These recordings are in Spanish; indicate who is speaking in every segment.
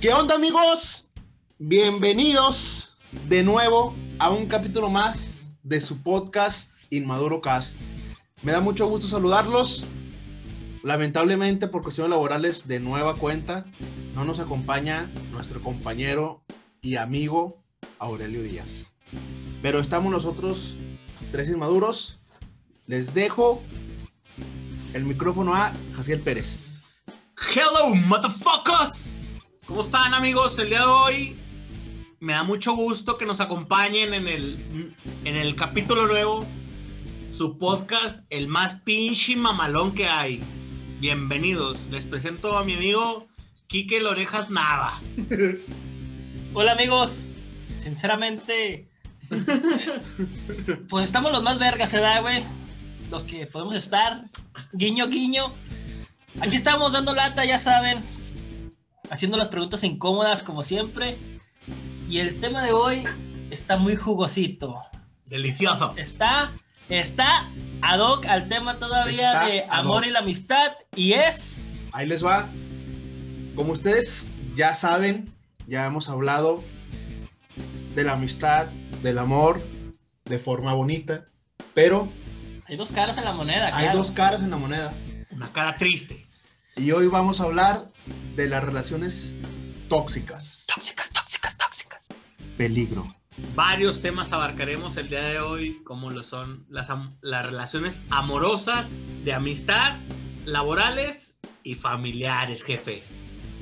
Speaker 1: ¿Qué onda amigos? Bienvenidos de nuevo a un capítulo más de su podcast Inmaduro Cast. Me da mucho gusto saludarlos. Lamentablemente por cuestiones laborales de nueva cuenta no nos acompaña nuestro compañero y amigo Aurelio Díaz. Pero estamos nosotros tres inmaduros. Les dejo el micrófono a Jaciel Pérez.
Speaker 2: Hello, motherfuckers. ¿Cómo están, amigos? El día de hoy me da mucho gusto que nos acompañen en el, en el capítulo nuevo, su podcast, el más pinche mamalón que hay. Bienvenidos. Les presento a mi amigo Quique Lorejas Nava.
Speaker 3: Hola amigos, sinceramente, pues estamos los más vergas, ¿verdad, güey? Los que podemos estar, guiño, guiño. Aquí estamos dando lata, ya saben, haciendo las preguntas incómodas como siempre. Y el tema de hoy está muy jugosito.
Speaker 2: Delicioso.
Speaker 3: Está, está ad hoc al tema todavía
Speaker 1: Está
Speaker 3: de
Speaker 1: ad
Speaker 3: amor
Speaker 1: hoc.
Speaker 3: y la amistad y es...
Speaker 1: Ahí les va. Como ustedes ya saben, ya hemos hablado de la amistad, del amor, de forma bonita, pero
Speaker 3: Hay dos caras en la moneda,
Speaker 1: hay
Speaker 3: Ah, claro.
Speaker 1: dos caras en la moneda.
Speaker 2: Una cara triste.
Speaker 1: Y hoy vamos a hablar de las relaciones tóxicas.
Speaker 3: Tóxicas, tóxicas, tóxicas.
Speaker 1: Peligro.
Speaker 2: Varios temas abarcaremos el día de hoy, como lo son las, am- las relaciones amorosas, de amistad, laborales y familiares, jefe.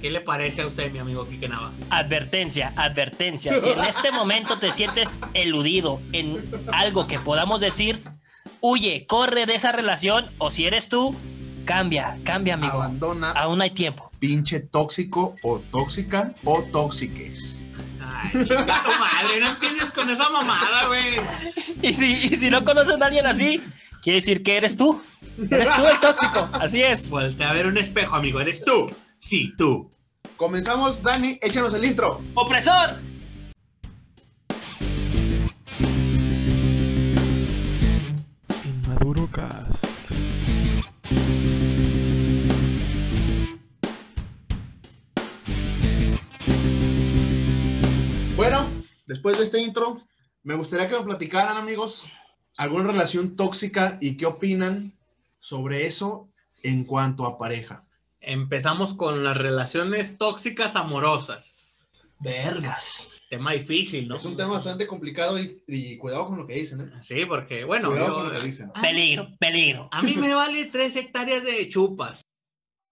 Speaker 2: ¿Qué le parece a usted, mi amigo Quique Nava?
Speaker 3: Advertencia, advertencia. Si en este momento te sientes eludido en algo que podamos decir, huye, corre de esa relación o si eres tú, cambia, cambia, amigo. Ah.
Speaker 1: Abandona
Speaker 3: Aún hay tiempo.
Speaker 1: pinche tóxico o tóxica o tóxiques.
Speaker 2: Ay, chica, tu madre, no empieces con esa mamada, güey.
Speaker 3: Y si, y si no conoces a alguien así, quiere decir que eres tú. Eres tú el tóxico. Así es.
Speaker 2: Voltea a ver un espejo, amigo. ¿Eres tú? Sí, tú.
Speaker 1: Comenzamos, Dani, échanos el intro.
Speaker 3: ¡Opresor!
Speaker 4: Inmaduro Cast.
Speaker 1: Bueno, después de este intro, me gustaría que nos platicaran, amigos, alguna relación tóxica y qué opinan sobre eso en cuanto a pareja.
Speaker 2: Empezamos con las relaciones tóxicas amorosas.
Speaker 3: Vergas.
Speaker 2: Tema difícil, ¿no?
Speaker 1: Es un tema bastante complicado y, y cuidado con lo que dicen, ¿eh?
Speaker 2: Sí, porque, bueno.
Speaker 1: Cuidado
Speaker 2: yo-
Speaker 1: con lo que dicen.
Speaker 2: Ah,
Speaker 3: Peligro, peligro.
Speaker 2: A mí me vale tres hectáreas de chupas.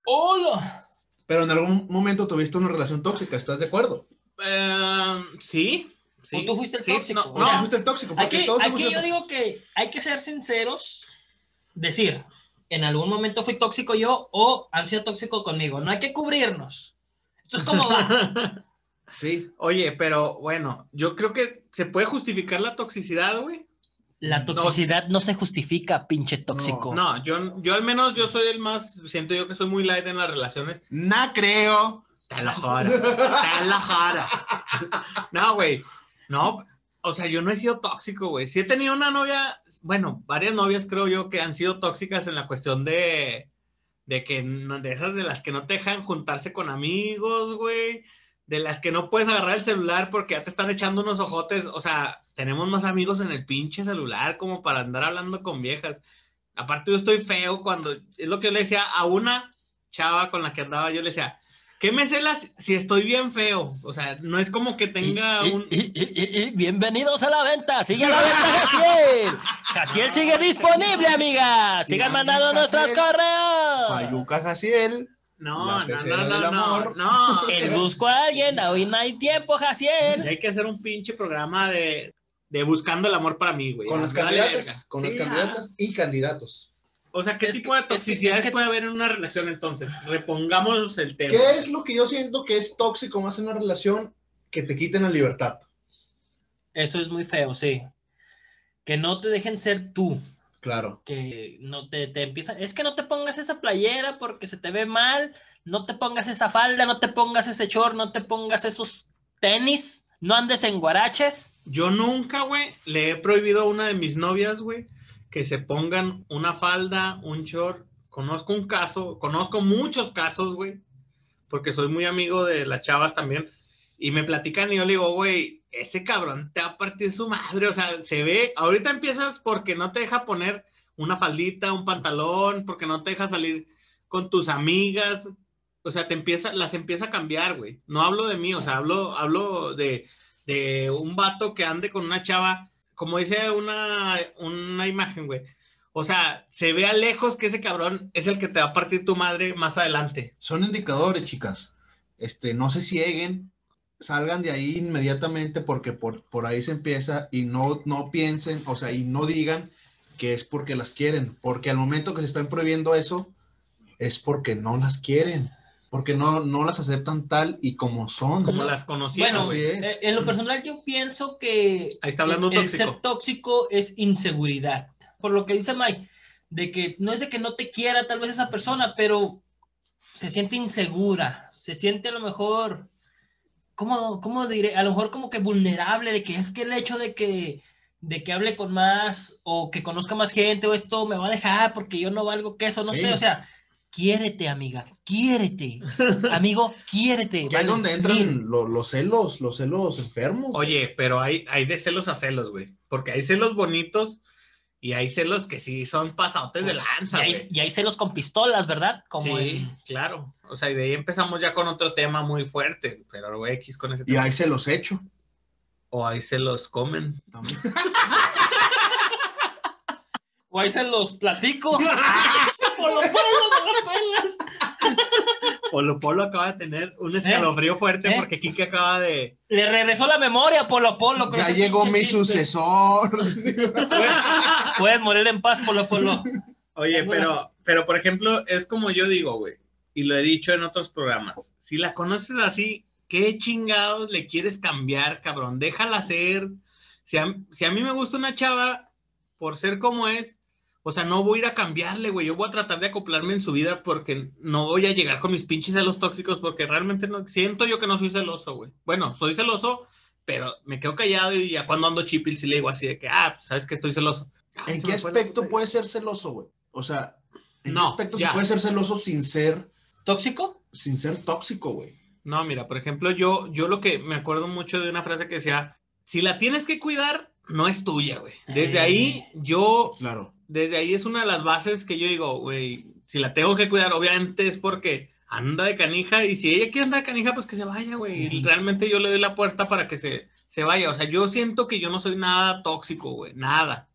Speaker 3: ¡Hola!
Speaker 1: Pero en algún momento tuviste una relación tóxica, ¿estás de acuerdo?
Speaker 2: Eh, sí. sí.
Speaker 3: O tú fuiste el
Speaker 2: Sí,
Speaker 3: tóxico.
Speaker 2: no,
Speaker 1: O sea,
Speaker 2: no.
Speaker 1: fuiste el tóxico, porque
Speaker 3: Aquí,
Speaker 1: todos
Speaker 3: aquí
Speaker 1: hemos-
Speaker 3: yo digo que hay que ser sinceros, decir, en algún momento fui tóxico yo o han sido tóxicos conmigo. No hay que cubrirnos. Esto es como va.
Speaker 1: Sí,
Speaker 2: Oye, pero bueno, yo creo que se puede justificar la toxicidad, güey.
Speaker 3: La toxicidad no, se justifica, pinche tóxico.
Speaker 2: No, yo, yo al menos yo soy el más, siento yo que soy muy light en las relaciones.
Speaker 1: na creo.
Speaker 2: Te lo juro. Te lo juro. No, güey. No, o sea, yo no he sido tóxico, güey. Sí he tenido una novia, bueno, varias novias creo yo que han sido tóxicas en la cuestión de, de que, no- de esas de las que no te dejan juntarse con amigos, güey. De las que no puedes agarrar el celular porque ya te están echando unos ojotes. O sea, tenemos más amigos en el pinche celular como para andar hablando con viejas. Aparte, yo estoy feo cuando, es lo que yo le decía a una chava con la que andaba, yo le decía, ¿Qué me celas si estoy bien feo? O sea, no es como que tenga
Speaker 3: Y-
Speaker 2: un...
Speaker 3: y- y- y- y- bienvenidos a la venta. Sigue la venta, Jaciel. Jaciel sigue disponible, amiga.
Speaker 1: Dinámica,
Speaker 3: Sigan mandando nuestros
Speaker 1: Jaciel.
Speaker 3: correos.
Speaker 1: Fayucas así él.
Speaker 2: No,
Speaker 1: La
Speaker 2: no,
Speaker 1: pecera
Speaker 2: no,
Speaker 1: del
Speaker 2: no, no,
Speaker 1: amor.
Speaker 2: no.
Speaker 3: El busco a alguien. Hoy no hay tiempo,
Speaker 2: Y
Speaker 3: Jaciel.
Speaker 2: Hay que hacer un pinche programa de, de buscando el amor para mí, güey.
Speaker 1: Con las
Speaker 2: Dale verga.
Speaker 1: candidatas. Con las
Speaker 2: Sí,
Speaker 1: candidatas y candidatos.
Speaker 2: ah. O sea, ¿qué
Speaker 3: Es
Speaker 2: tipo
Speaker 3: que-
Speaker 2: de
Speaker 3: es que- es
Speaker 2: toxicidades
Speaker 3: que-
Speaker 2: puede haber en una relación entonces? Repongamos el tema.
Speaker 1: ¿Qué es lo que yo siento que es tóxico más en una relación? Que te quiten la libertad.
Speaker 3: Eso es muy feo, sí. Que no te dejen ser tú.
Speaker 1: Claro.
Speaker 3: que no te, te empieza, es que no te pongas esa playera porque se te ve mal, no te pongas esa falda, no te pongas ese short, no te pongas esos tenis, no andes en guaraches.
Speaker 2: Yo nunca, güey, le he prohibido a una de mis novias, güey, que se pongan una falda, un short. Conozco un caso, conozco muchos casos, güey, porque soy muy amigo de las chavas también, y me platican y yo le digo, güey, ese cabrón te va a partir su madre, o sea, se ve, ahorita empiezas porque no te deja poner una faldita, un pantalón, porque no te deja salir con tus amigas, o sea, te empieza, las empieza a cambiar, güey. No hablo de mí, o sea, hablo, hablo de, de un vato que ande con una chava, como dice una, una imagen, güey. O sea, se ve a lejos que ese cabrón es el que te va a partir tu madre más adelante.
Speaker 1: Son indicadores, chicas. Este, no se cieguen, salgan de ahí inmediatamente porque por, por ahí se empieza y no, no piensen, o sea, y no digan que es porque las quieren, porque al momento que se están prohibiendo eso, es porque no las quieren, porque no, no las aceptan tal y como son.
Speaker 2: Como las conocieron,
Speaker 3: Bueno,
Speaker 1: Así
Speaker 2: güey.
Speaker 1: es.
Speaker 3: Eh, en lo personal yo pienso que
Speaker 2: Ahí está hablando un
Speaker 3: el, el
Speaker 2: tóxico.
Speaker 3: ser tóxico es inseguridad. Por lo que dice Mike, de que no es de que no te quiera tal vez esa persona, pero se siente insegura, se siente a lo mejor, ¿cómo, cómo diré? A lo mejor como que vulnerable, de que es que el hecho de que, de que hable con más o que conozca más gente o esto me va a dejar porque yo no valgo que eso, no
Speaker 1: Sí.
Speaker 3: sé, o sea. Quiérete, amiga, quiérete. Amigo, quiérete.
Speaker 1: Que ahí es
Speaker 3: vales
Speaker 1: donde
Speaker 3: mil.
Speaker 1: entran lo- los celos, los celos enfermos.
Speaker 2: Oye, pero hay, hay de celos a celos, güey. Porque hay celos bonitos y hay celos que sí son pasadotes de
Speaker 3: Pues,
Speaker 2: lanza,
Speaker 3: Y
Speaker 2: güey.
Speaker 3: hay, y hay celos con pistolas, ¿verdad? Como
Speaker 2: sí,
Speaker 3: en-
Speaker 2: claro. O sea, y de ahí empezamos ya con otro tema muy fuerte, pero güey, X con ese
Speaker 1: Y
Speaker 2: tema.
Speaker 1: ahí se los echo.
Speaker 2: O ahí se los comen.
Speaker 3: O ahí se los platico. Por los pelos, por los pelos.
Speaker 2: Polo Polo acaba de tener un escalofrío fuerte
Speaker 3: ¿Eh?
Speaker 2: porque Kike acaba de.
Speaker 3: Le regresó la memoria, Polo Polo. con
Speaker 1: Ya
Speaker 3: ese
Speaker 1: llegó
Speaker 3: pinche
Speaker 1: mi
Speaker 3: chiste.
Speaker 1: sucesor.
Speaker 3: Puedes morir en paz, Polo Polo.
Speaker 2: Oye,
Speaker 3: Bueno.
Speaker 2: pero, pero por ejemplo, es como yo digo, güey, y lo he dicho en otros programas. Si la conoces así, ¿qué chingados le quieres cambiar, cabrón? Déjala ser. Si a, si a mí me gusta una chava por ser como es, o sea, no voy a ir a cambiarle, güey. Yo voy a tratar de acoplarme en su vida porque no voy a llegar con mis pinches celos tóxicos porque realmente no siento yo que no soy celoso, güey. Bueno, soy celoso, pero me quedo callado y ya cuando ando chipil sí le digo así de que, ah, pues, sabes que estoy celoso.
Speaker 3: Ah,
Speaker 2: Ay,
Speaker 1: ¿En
Speaker 2: se
Speaker 1: qué
Speaker 2: me fue la
Speaker 1: aspecto
Speaker 2: puta
Speaker 1: puede ser celoso, güey? O sea, ¿en
Speaker 2: No,
Speaker 1: qué aspecto
Speaker 2: ya.
Speaker 1: se puede ser celoso sin ser,
Speaker 3: ¿Tóxico?
Speaker 1: sin ser tóxico, güey?
Speaker 2: No, mira, por ejemplo, yo, yo lo que me acuerdo mucho de una frase que decía, si la tienes que cuidar, no es tuya, güey. Desde
Speaker 3: Eh.
Speaker 2: ahí, yo,
Speaker 1: Claro.
Speaker 2: desde ahí es una de las bases que yo digo, güey, si la tengo que cuidar, obviamente es porque anda de canija y si ella quiere andar de canija, pues que se vaya, güey. Y
Speaker 3: Ujú.
Speaker 2: Realmente yo le doy la puerta para que se, se vaya. O sea, yo siento que yo no soy nada tóxico, güey, nada.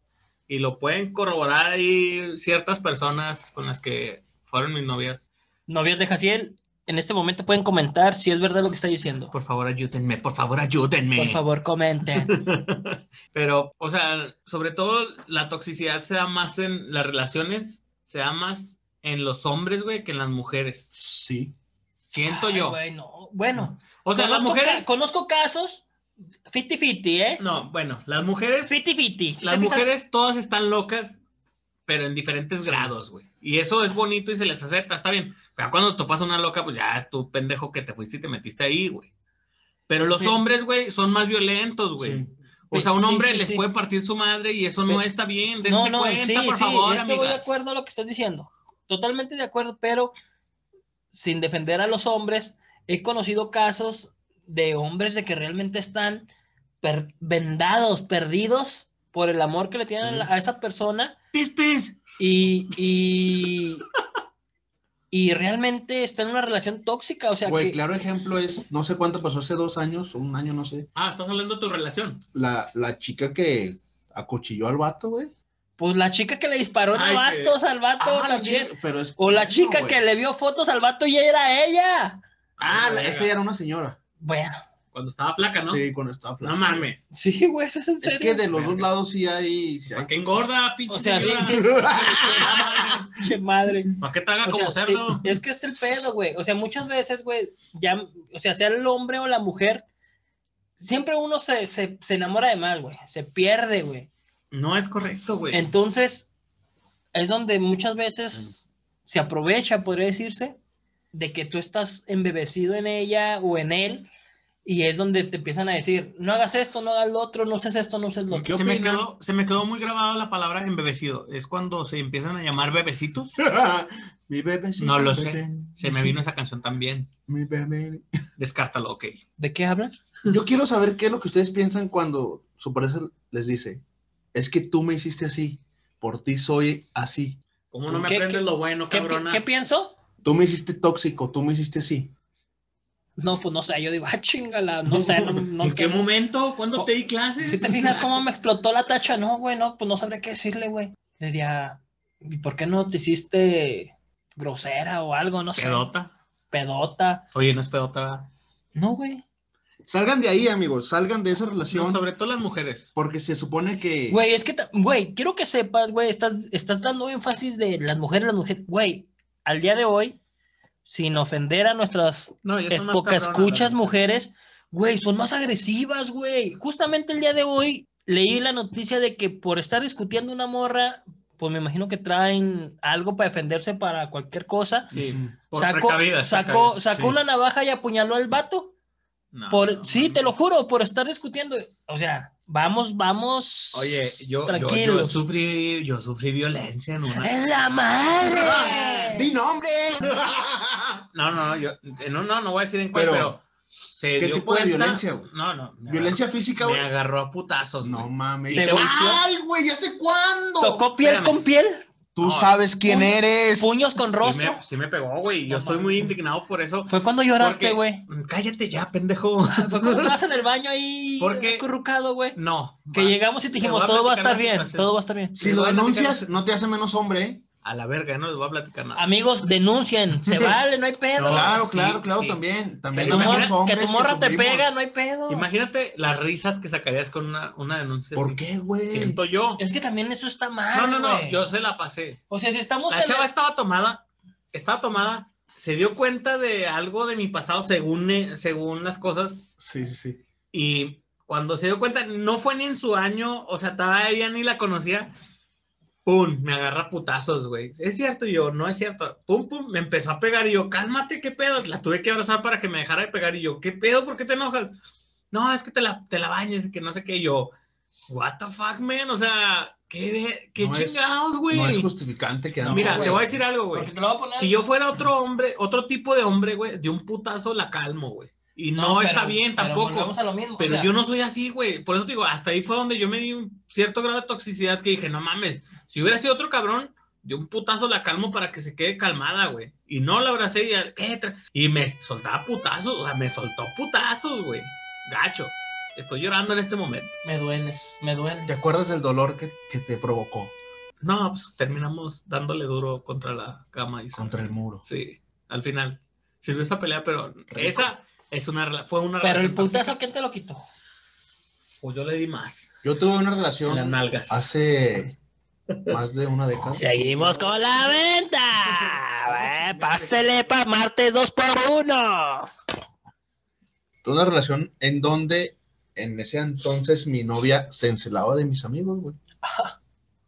Speaker 2: Y lo pueden corroborar ahí ciertas personas con las que fueron mis novias.
Speaker 3: Novios de Jaciel, en este momento pueden comentar si es verdad lo que está diciendo.
Speaker 2: Por favor, ayúdenme, por favor, ayúdenme.
Speaker 3: Por favor, comenten.
Speaker 2: Pero, o sea, sobre todo la toxicidad se da más en las relaciones, se da más en los hombres, güey, que en las mujeres.
Speaker 1: Sí.
Speaker 2: Siento
Speaker 3: Ay,
Speaker 2: yo.
Speaker 3: güey, no. Bueno,
Speaker 2: O sea, las
Speaker 3: conozco
Speaker 2: mujeres.
Speaker 3: ca- conozco casos 50-50, ¿eh?
Speaker 2: No, bueno, las mujeres.
Speaker 3: 50-50. Si te
Speaker 2: Las
Speaker 3: fijas-
Speaker 2: mujeres todas están locas, pero en diferentes grados, güey. Y eso es bonito y se les acepta, está bien. Pero cuando topas a una loca, pues ya tú, pendejo, que te fuiste y te metiste ahí, güey. Pero los
Speaker 3: Pe-
Speaker 2: hombres, güey, son más violentos, güey.
Speaker 1: Sí.
Speaker 2: O sea, un
Speaker 3: Sí,
Speaker 2: hombre
Speaker 3: sí,
Speaker 2: les
Speaker 3: sí.
Speaker 2: puede partir su madre y eso
Speaker 3: Pe-
Speaker 2: no está bien. Dense
Speaker 3: No, no,
Speaker 2: cuenta,
Speaker 3: sí,
Speaker 2: por
Speaker 3: sí,
Speaker 2: favor,
Speaker 3: yo estoy de
Speaker 2: amigas.
Speaker 3: acuerdo a lo que estás diciendo. Totalmente de acuerdo, pero sin defender a los hombres, he conocido casos de hombres de que realmente están per- vendados, perdidos por el amor que le tienen
Speaker 1: Sí.
Speaker 3: a la- a esa persona
Speaker 2: Pis, pis.
Speaker 3: y, y, y realmente están en una relación tóxica. O sea,
Speaker 1: Güey,
Speaker 3: que,
Speaker 1: claro ejemplo es, no sé cuánto pasó hace dos años, o un año, no sé,
Speaker 2: Ah, estás hablando de tu relación.
Speaker 1: la, la chica que acuchilló al vato, güey.
Speaker 3: pues la chica que le disparó en
Speaker 2: Ay, que-
Speaker 3: abastos al vato
Speaker 1: Ah, la
Speaker 3: también.
Speaker 1: chica- pero es-
Speaker 3: O la
Speaker 1: no,
Speaker 3: chica
Speaker 1: güey.
Speaker 3: que le vio fotos al vato y era ella.
Speaker 1: Ah, la-
Speaker 2: Verga.
Speaker 1: esa ya era una señora.
Speaker 3: Bueno,
Speaker 2: Cuando estaba flaca, ¿no?
Speaker 1: Sí, cuando estaba flaca.
Speaker 2: No mames.
Speaker 3: sí, güey, eso es en serio.
Speaker 1: es que de los dos
Speaker 2: Verga.
Speaker 1: lados sí hay... sí hay-
Speaker 2: ¿Para qué engorda, pinche?
Speaker 3: O sea, sí,
Speaker 2: señora?
Speaker 3: sí. Che madre.
Speaker 2: ¿Para qué traga
Speaker 3: O
Speaker 2: como
Speaker 3: sea,
Speaker 2: cerdo?
Speaker 3: sí, es que es el pedo, güey. O sea, muchas veces, güey, ya, o sea, sea el hombre o la mujer, siempre uno se, se, se enamora de mal, güey. Se pierde, güey.
Speaker 2: No es correcto, güey.
Speaker 3: Entonces, es donde muchas veces se aprovecha, podría decirse, de que tú estás embebecido en ella o en él Y es donde te empiezan a decir, no hagas esto, no hagas lo otro, no haces esto, no haces lo
Speaker 1: ¿Qué
Speaker 3: otro.
Speaker 2: se, me
Speaker 1: opinan?
Speaker 2: quedó, se me quedó muy grabada la palabra embebecido. Es cuando se empiezan a llamar bebecitos.
Speaker 1: Mi bebé sí,
Speaker 2: No lo
Speaker 1: mi
Speaker 2: sé.
Speaker 1: bebé,
Speaker 2: Se me vino esa canción también.
Speaker 1: mi bebé.
Speaker 2: Descártalo, ok.
Speaker 3: ¿De qué hablan?
Speaker 1: Yo quiero saber qué es lo que ustedes piensan cuando su pareja les dice, es que tú me hiciste así, por ti soy así.
Speaker 2: ¿Cómo no me
Speaker 3: ¿Qué-
Speaker 2: aprendes
Speaker 3: qué-
Speaker 2: lo bueno,
Speaker 3: ¿Qué, pi-
Speaker 2: cabrona?
Speaker 3: qué pienso?
Speaker 1: Tú me hiciste tóxico, tú me hiciste así.
Speaker 3: No, pues no sé, yo digo, ah, chingala, no sé, no, no
Speaker 2: ¿En
Speaker 3: sé.
Speaker 2: qué momento? ¿Cuándo
Speaker 3: Oh,
Speaker 2: te di clases?
Speaker 3: Si te fijas cómo me explotó la tacha, no, güey, no, pues no sabré qué decirle, güey. Le diría, "¿Y ¿por qué no te hiciste grosera o algo? No sé.
Speaker 2: Pedota.
Speaker 3: Pedota.
Speaker 2: Oye, no es pedota, ¿verdad?
Speaker 3: No, güey.
Speaker 1: Salgan de ahí, amigos, salgan de esa
Speaker 2: No,
Speaker 1: relación,
Speaker 2: sobre todo las mujeres.
Speaker 1: porque se supone que...
Speaker 3: Güey, es que, ta- güey, quiero que sepas, güey, estás, estás dando énfasis de las mujeres, las mujeres. Güey, al día de hoy, sin ofender a nuestras
Speaker 2: No, ya
Speaker 3: es
Speaker 2: son más
Speaker 3: pocas
Speaker 2: cabronas,
Speaker 3: escuchas
Speaker 2: ¿verdad?
Speaker 3: mujeres, güey, son más agresivas, güey. Justamente el día de hoy leí la noticia de que por estar discutiendo una morra, pues me imagino que traen algo para defenderse para cualquier cosa.
Speaker 2: Sí. Por
Speaker 3: Sacó,
Speaker 2: precavidas,
Speaker 3: sacó,
Speaker 2: precavidas,
Speaker 3: sacó
Speaker 2: sí.
Speaker 3: una navaja y apuñaló al vato.
Speaker 2: No,
Speaker 3: por,
Speaker 2: no,
Speaker 3: sí,
Speaker 2: no.
Speaker 3: te lo juro, por estar discutiendo. O sea, vamos, vamos.
Speaker 2: Oye, yo, yo, yo
Speaker 3: tranquilos. Eh.
Speaker 2: sufrí, yo sufrí violencia en una.
Speaker 3: ¡Es la madre!
Speaker 1: ¡Di nombre!
Speaker 2: No, no, yo, eh, no, no, no voy a decir en cuál,
Speaker 1: Pero,
Speaker 2: pero, se
Speaker 1: ¿qué
Speaker 2: dio
Speaker 1: tipo de
Speaker 2: cuenta-
Speaker 1: violencia, güey?
Speaker 2: No, no. me
Speaker 1: Violencia física,
Speaker 2: agarró- Me
Speaker 1: güey.
Speaker 2: agarró a putazos.
Speaker 1: No
Speaker 2: güey.
Speaker 1: mames.
Speaker 2: Te volteó.
Speaker 1: ¡Ay, güey! ¿Ya sé cuándo?
Speaker 3: Tocó piel
Speaker 2: espérame.
Speaker 3: con piel,
Speaker 1: Tú
Speaker 2: No.
Speaker 1: sabes quién
Speaker 3: Uy.
Speaker 1: eres.
Speaker 3: puños con
Speaker 2: Sí
Speaker 3: rostro.
Speaker 2: me, sí me pegó, güey. Yo
Speaker 3: No
Speaker 2: estoy
Speaker 3: mames.
Speaker 2: muy indignado por eso.
Speaker 3: Fue cuando lloraste,
Speaker 2: Porque-
Speaker 3: güey.
Speaker 2: Cállate ya, pendejo.
Speaker 3: Fue cuando estabas en el baño ahí
Speaker 2: Porque-
Speaker 3: acurrucado, güey.
Speaker 2: No.
Speaker 3: Que
Speaker 2: va,
Speaker 3: llegamos y
Speaker 2: les
Speaker 3: te dijimos,
Speaker 2: voy a
Speaker 3: todo va a
Speaker 2: platicar
Speaker 3: estar
Speaker 2: la
Speaker 3: bien,
Speaker 2: situación.
Speaker 3: todo va a estar bien.
Speaker 1: Si
Speaker 2: Les
Speaker 1: lo
Speaker 2: voy a
Speaker 1: denuncias,
Speaker 2: platicar-
Speaker 1: no te hace menos hombre, ¿eh?
Speaker 2: A la verga, no les voy a platicar nada.
Speaker 3: Amigos, denuncien, se vale, no hay pedo.
Speaker 2: No,
Speaker 1: Claro,
Speaker 2: sí,
Speaker 1: claro, claro,
Speaker 2: sí.
Speaker 1: también.
Speaker 3: que,
Speaker 1: También
Speaker 3: tu
Speaker 1: hay
Speaker 3: morra,
Speaker 1: menos hombres
Speaker 3: que tu morra te
Speaker 1: sufrimos.
Speaker 3: pega, no hay pedo.
Speaker 2: Imagínate las risas que sacarías con una, una denuncia.
Speaker 1: ¿Por
Speaker 2: así.
Speaker 1: qué, güey?
Speaker 2: Siento yo.
Speaker 3: Es que también eso está mal.
Speaker 2: No, no, no,
Speaker 3: güey.
Speaker 2: yo se la pasé.
Speaker 3: O sea, si estamos
Speaker 2: La
Speaker 3: en.
Speaker 2: chava
Speaker 3: el-
Speaker 2: estaba tomada, estaba tomada, se dio cuenta de algo de mi pasado según, eh, según las cosas
Speaker 1: Sí, sí, sí.
Speaker 2: y cuando se dio cuenta, no fue ni en su año, o sea, todavía ni la conocía, pum, me agarra putazos, güey. Es cierto, y yo, no es cierto, pum, pum, me empezó a pegar y yo, cálmate, qué pedo, la tuve que abrazar para que me dejara de pegar y yo, qué pedo, ¿por qué te enojas? No, es que te la, te la bañes, que no sé qué, y yo, what the fuck, man, o sea, qué, qué
Speaker 1: No es-
Speaker 2: chingados, güey.
Speaker 1: No es justificante que
Speaker 3: No,
Speaker 1: ande-
Speaker 2: Mira,
Speaker 3: güey.
Speaker 2: te voy a decir algo, güey.
Speaker 3: Porque te lo voy a poner.
Speaker 2: Si yo fuera otro hombre, otro tipo de hombre, güey, de un putazo la calmo, güey. Y no,
Speaker 3: pero-
Speaker 2: está bien
Speaker 3: pero
Speaker 2: tampoco. Pero,
Speaker 3: volvemos a lo mismo. o sea,
Speaker 2: yo no soy así, güey. Por eso te digo, hasta ahí fue donde yo me di un cierto grado de toxicidad que dije, no mames, si hubiera sido otro cabrón, de un putazo la calmo para que se quede calmada, güey. Y no la abracé y, "¿Qué tra-?" y me soltaba putazos, o sea, me soltó putazos, güey. Gacho. Estoy llorando en este momento.
Speaker 3: Me dueles, me dueles.
Speaker 1: ¿Te acuerdas del dolor que, que te provocó
Speaker 2: No, pues terminamos dándole duro contra la cama y se-
Speaker 1: contra el muro?
Speaker 2: Sí, al final. Sirvió esa pelea, pero esa es una, rela- fue una
Speaker 3: Pero el
Speaker 2: relación
Speaker 3: putazo,
Speaker 2: tóxica.
Speaker 3: ¿quién te lo quitó?
Speaker 2: Pues yo le di más.
Speaker 1: Yo tuve una
Speaker 2: En las
Speaker 1: relación
Speaker 2: nalgas.
Speaker 1: hace más de una década.
Speaker 3: Seguimos con la venta. Eh, Pásele para martes 2 por 1
Speaker 1: Tuve una relación en donde en ese entonces mi novia se encelaba de mis amigos, güey.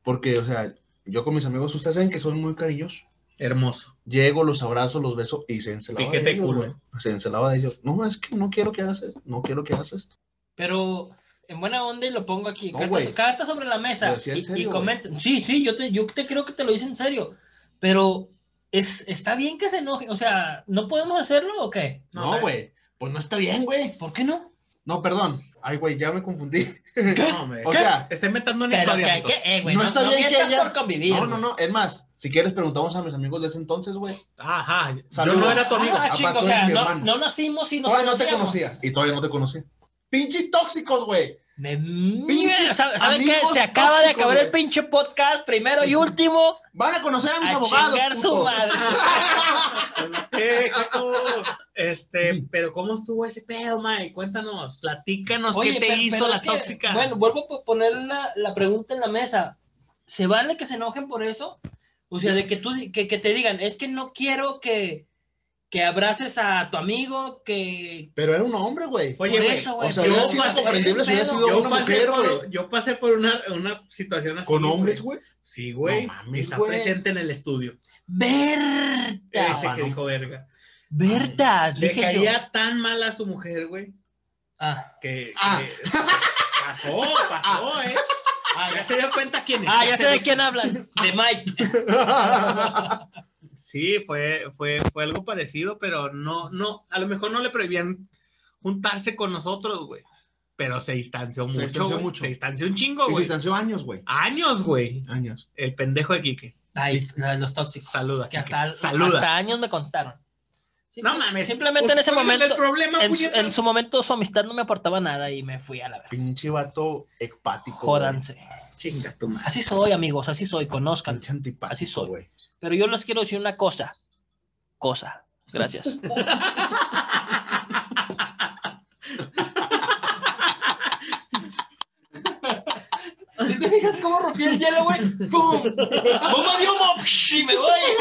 Speaker 1: Porque, o sea, yo con mis amigos, ustedes saben que son muy cariñosos.
Speaker 2: Hermoso.
Speaker 1: Llego, los abrazo, los beso y se encelaba
Speaker 2: Piquete
Speaker 1: de ellos,
Speaker 2: culo.
Speaker 1: güey. Se encelaba de ellos. No, es que no quiero que hagas esto. No quiero que hagas esto.
Speaker 3: Pero en buena onda y lo pongo aquí.
Speaker 1: No,
Speaker 3: cartas,
Speaker 1: güey.
Speaker 3: cartas sobre la mesa.
Speaker 1: Lo decía en
Speaker 3: y,
Speaker 1: serio,
Speaker 3: y comenta. Sí, sí, yo te, yo te creo que te lo hice en serio. Pero es, está bien que se enoje. O sea, ¿no podemos hacerlo o qué?
Speaker 2: No,
Speaker 1: No, güey. Pues no está bien, güey.
Speaker 3: ¿Por qué no?
Speaker 1: No, perdón. Ay, güey, ya me confundí.
Speaker 2: No, hombre.
Speaker 1: O sea,
Speaker 2: Estoy inventando una
Speaker 3: Pero que
Speaker 2: historia.
Speaker 3: hay que,
Speaker 2: putos.
Speaker 3: eh, güey,
Speaker 1: No
Speaker 3: no,
Speaker 1: está
Speaker 3: no
Speaker 1: bien que
Speaker 3: mientas
Speaker 1: haya-
Speaker 3: por convivir.
Speaker 1: no, no, no. Es más, si quieres, preguntamos a mis amigos de ese entonces, güey.
Speaker 2: Ajá. Yo
Speaker 1: Saludos.
Speaker 2: no era tu amigo.
Speaker 3: Ah,
Speaker 1: Aparte,
Speaker 3: chingo,
Speaker 1: tú
Speaker 3: o
Speaker 1: eres
Speaker 3: sea,
Speaker 1: mi
Speaker 3: no,
Speaker 1: hermano.
Speaker 3: no nacimos y nos
Speaker 1: Todavía no te
Speaker 3: conocíamos.
Speaker 1: conocía. Y todavía no te conocía. Pinches tóxicos, güey.
Speaker 3: Me
Speaker 1: Pinches
Speaker 3: ¿Saben, ¿saben qué?
Speaker 1: amigos
Speaker 3: Se acaba de
Speaker 1: tóxicos,
Speaker 3: acabar el
Speaker 1: güey.
Speaker 3: pinche podcast, primero y último.
Speaker 1: Van a conocer a mis
Speaker 3: A
Speaker 1: abogados.
Speaker 3: chingar su
Speaker 1: putos.
Speaker 3: madre.
Speaker 2: Eh, Jaco. este, pero ¿cómo estuvo ese pedo, Mike? Cuéntanos, platícanos qué
Speaker 3: Oye,
Speaker 2: te
Speaker 3: pero-
Speaker 2: hizo
Speaker 3: pero
Speaker 2: la
Speaker 3: es que,
Speaker 2: tóxica.
Speaker 3: Bueno, vuelvo a po- poner la, la pregunta en la mesa. ¿Se vale que se enojen por eso? O sea, de que tú di- que, que te digan, es que no quiero que, que abraces a tu amigo, que
Speaker 1: Pero era un hombre, güey.
Speaker 2: Oye,
Speaker 3: por
Speaker 2: güey,
Speaker 3: eso,
Speaker 1: O
Speaker 3: güey.
Speaker 1: sea,
Speaker 2: yo
Speaker 1: hubiera sido
Speaker 2: pasé-
Speaker 1: comprendible si hubiera
Speaker 3: pedo.
Speaker 1: sido
Speaker 2: yo,
Speaker 1: una
Speaker 2: pasé
Speaker 1: mujer, güey.
Speaker 2: por, yo pasé por una, una situación así.
Speaker 1: Con
Speaker 2: güey.
Speaker 1: hombres, güey.
Speaker 2: Sí, güey.
Speaker 1: No mames,
Speaker 2: está
Speaker 1: güey.
Speaker 2: presente en el estudio.
Speaker 3: Berta.
Speaker 2: Ese que
Speaker 1: no.
Speaker 2: dijo verga.
Speaker 3: Bertas,
Speaker 2: Le
Speaker 3: dije yo.
Speaker 2: caía tan mal a su mujer, güey,
Speaker 3: Ah,
Speaker 2: Que,
Speaker 1: Ah.
Speaker 2: que- pasó, pasó, ¿eh?
Speaker 3: ah,
Speaker 2: Ya
Speaker 3: ya,
Speaker 2: se dio cuenta quién es.
Speaker 3: ah, ya sé de quién hablan. De Mike.
Speaker 2: Sí, fue, fue, fue algo parecido, pero no, no, a lo mejor no le prohibían juntarse con nosotros, güey. Pero se distanció mucho.
Speaker 1: distanció
Speaker 2: güey.
Speaker 1: mucho.
Speaker 2: Se distanció un chingo,
Speaker 1: Y se
Speaker 2: güey.
Speaker 1: distanció años, güey.
Speaker 2: Años, güey.
Speaker 1: Años.
Speaker 2: El pendejo de Quique.
Speaker 3: Ay, la de los tóxicos.
Speaker 2: Saluda,
Speaker 3: Que
Speaker 2: Kike.
Speaker 3: hasta,
Speaker 2: Saluda.
Speaker 3: hasta años me contaron.
Speaker 2: No mames.
Speaker 3: Simplemente en ese
Speaker 2: ¿Cuál es
Speaker 3: momento-
Speaker 2: El problema,
Speaker 3: En, su-
Speaker 2: puñetas?
Speaker 3: en su momento su amistad no me aportaba nada y me fui a la verga.
Speaker 1: Pinche vato hepático.
Speaker 3: Jódanse.
Speaker 1: güey. Chinga tu madre.
Speaker 3: Así soy, amigos, así soy, conozcan.
Speaker 1: Pinche antipático,
Speaker 3: Así soy.
Speaker 1: güey.
Speaker 3: Pero yo les quiero decir una cosa. Cosa. Gracias. Si te fijas cómo rompí el hielo, güey, ¡pum! ¡Bomba de humo! Psh, Y me voy.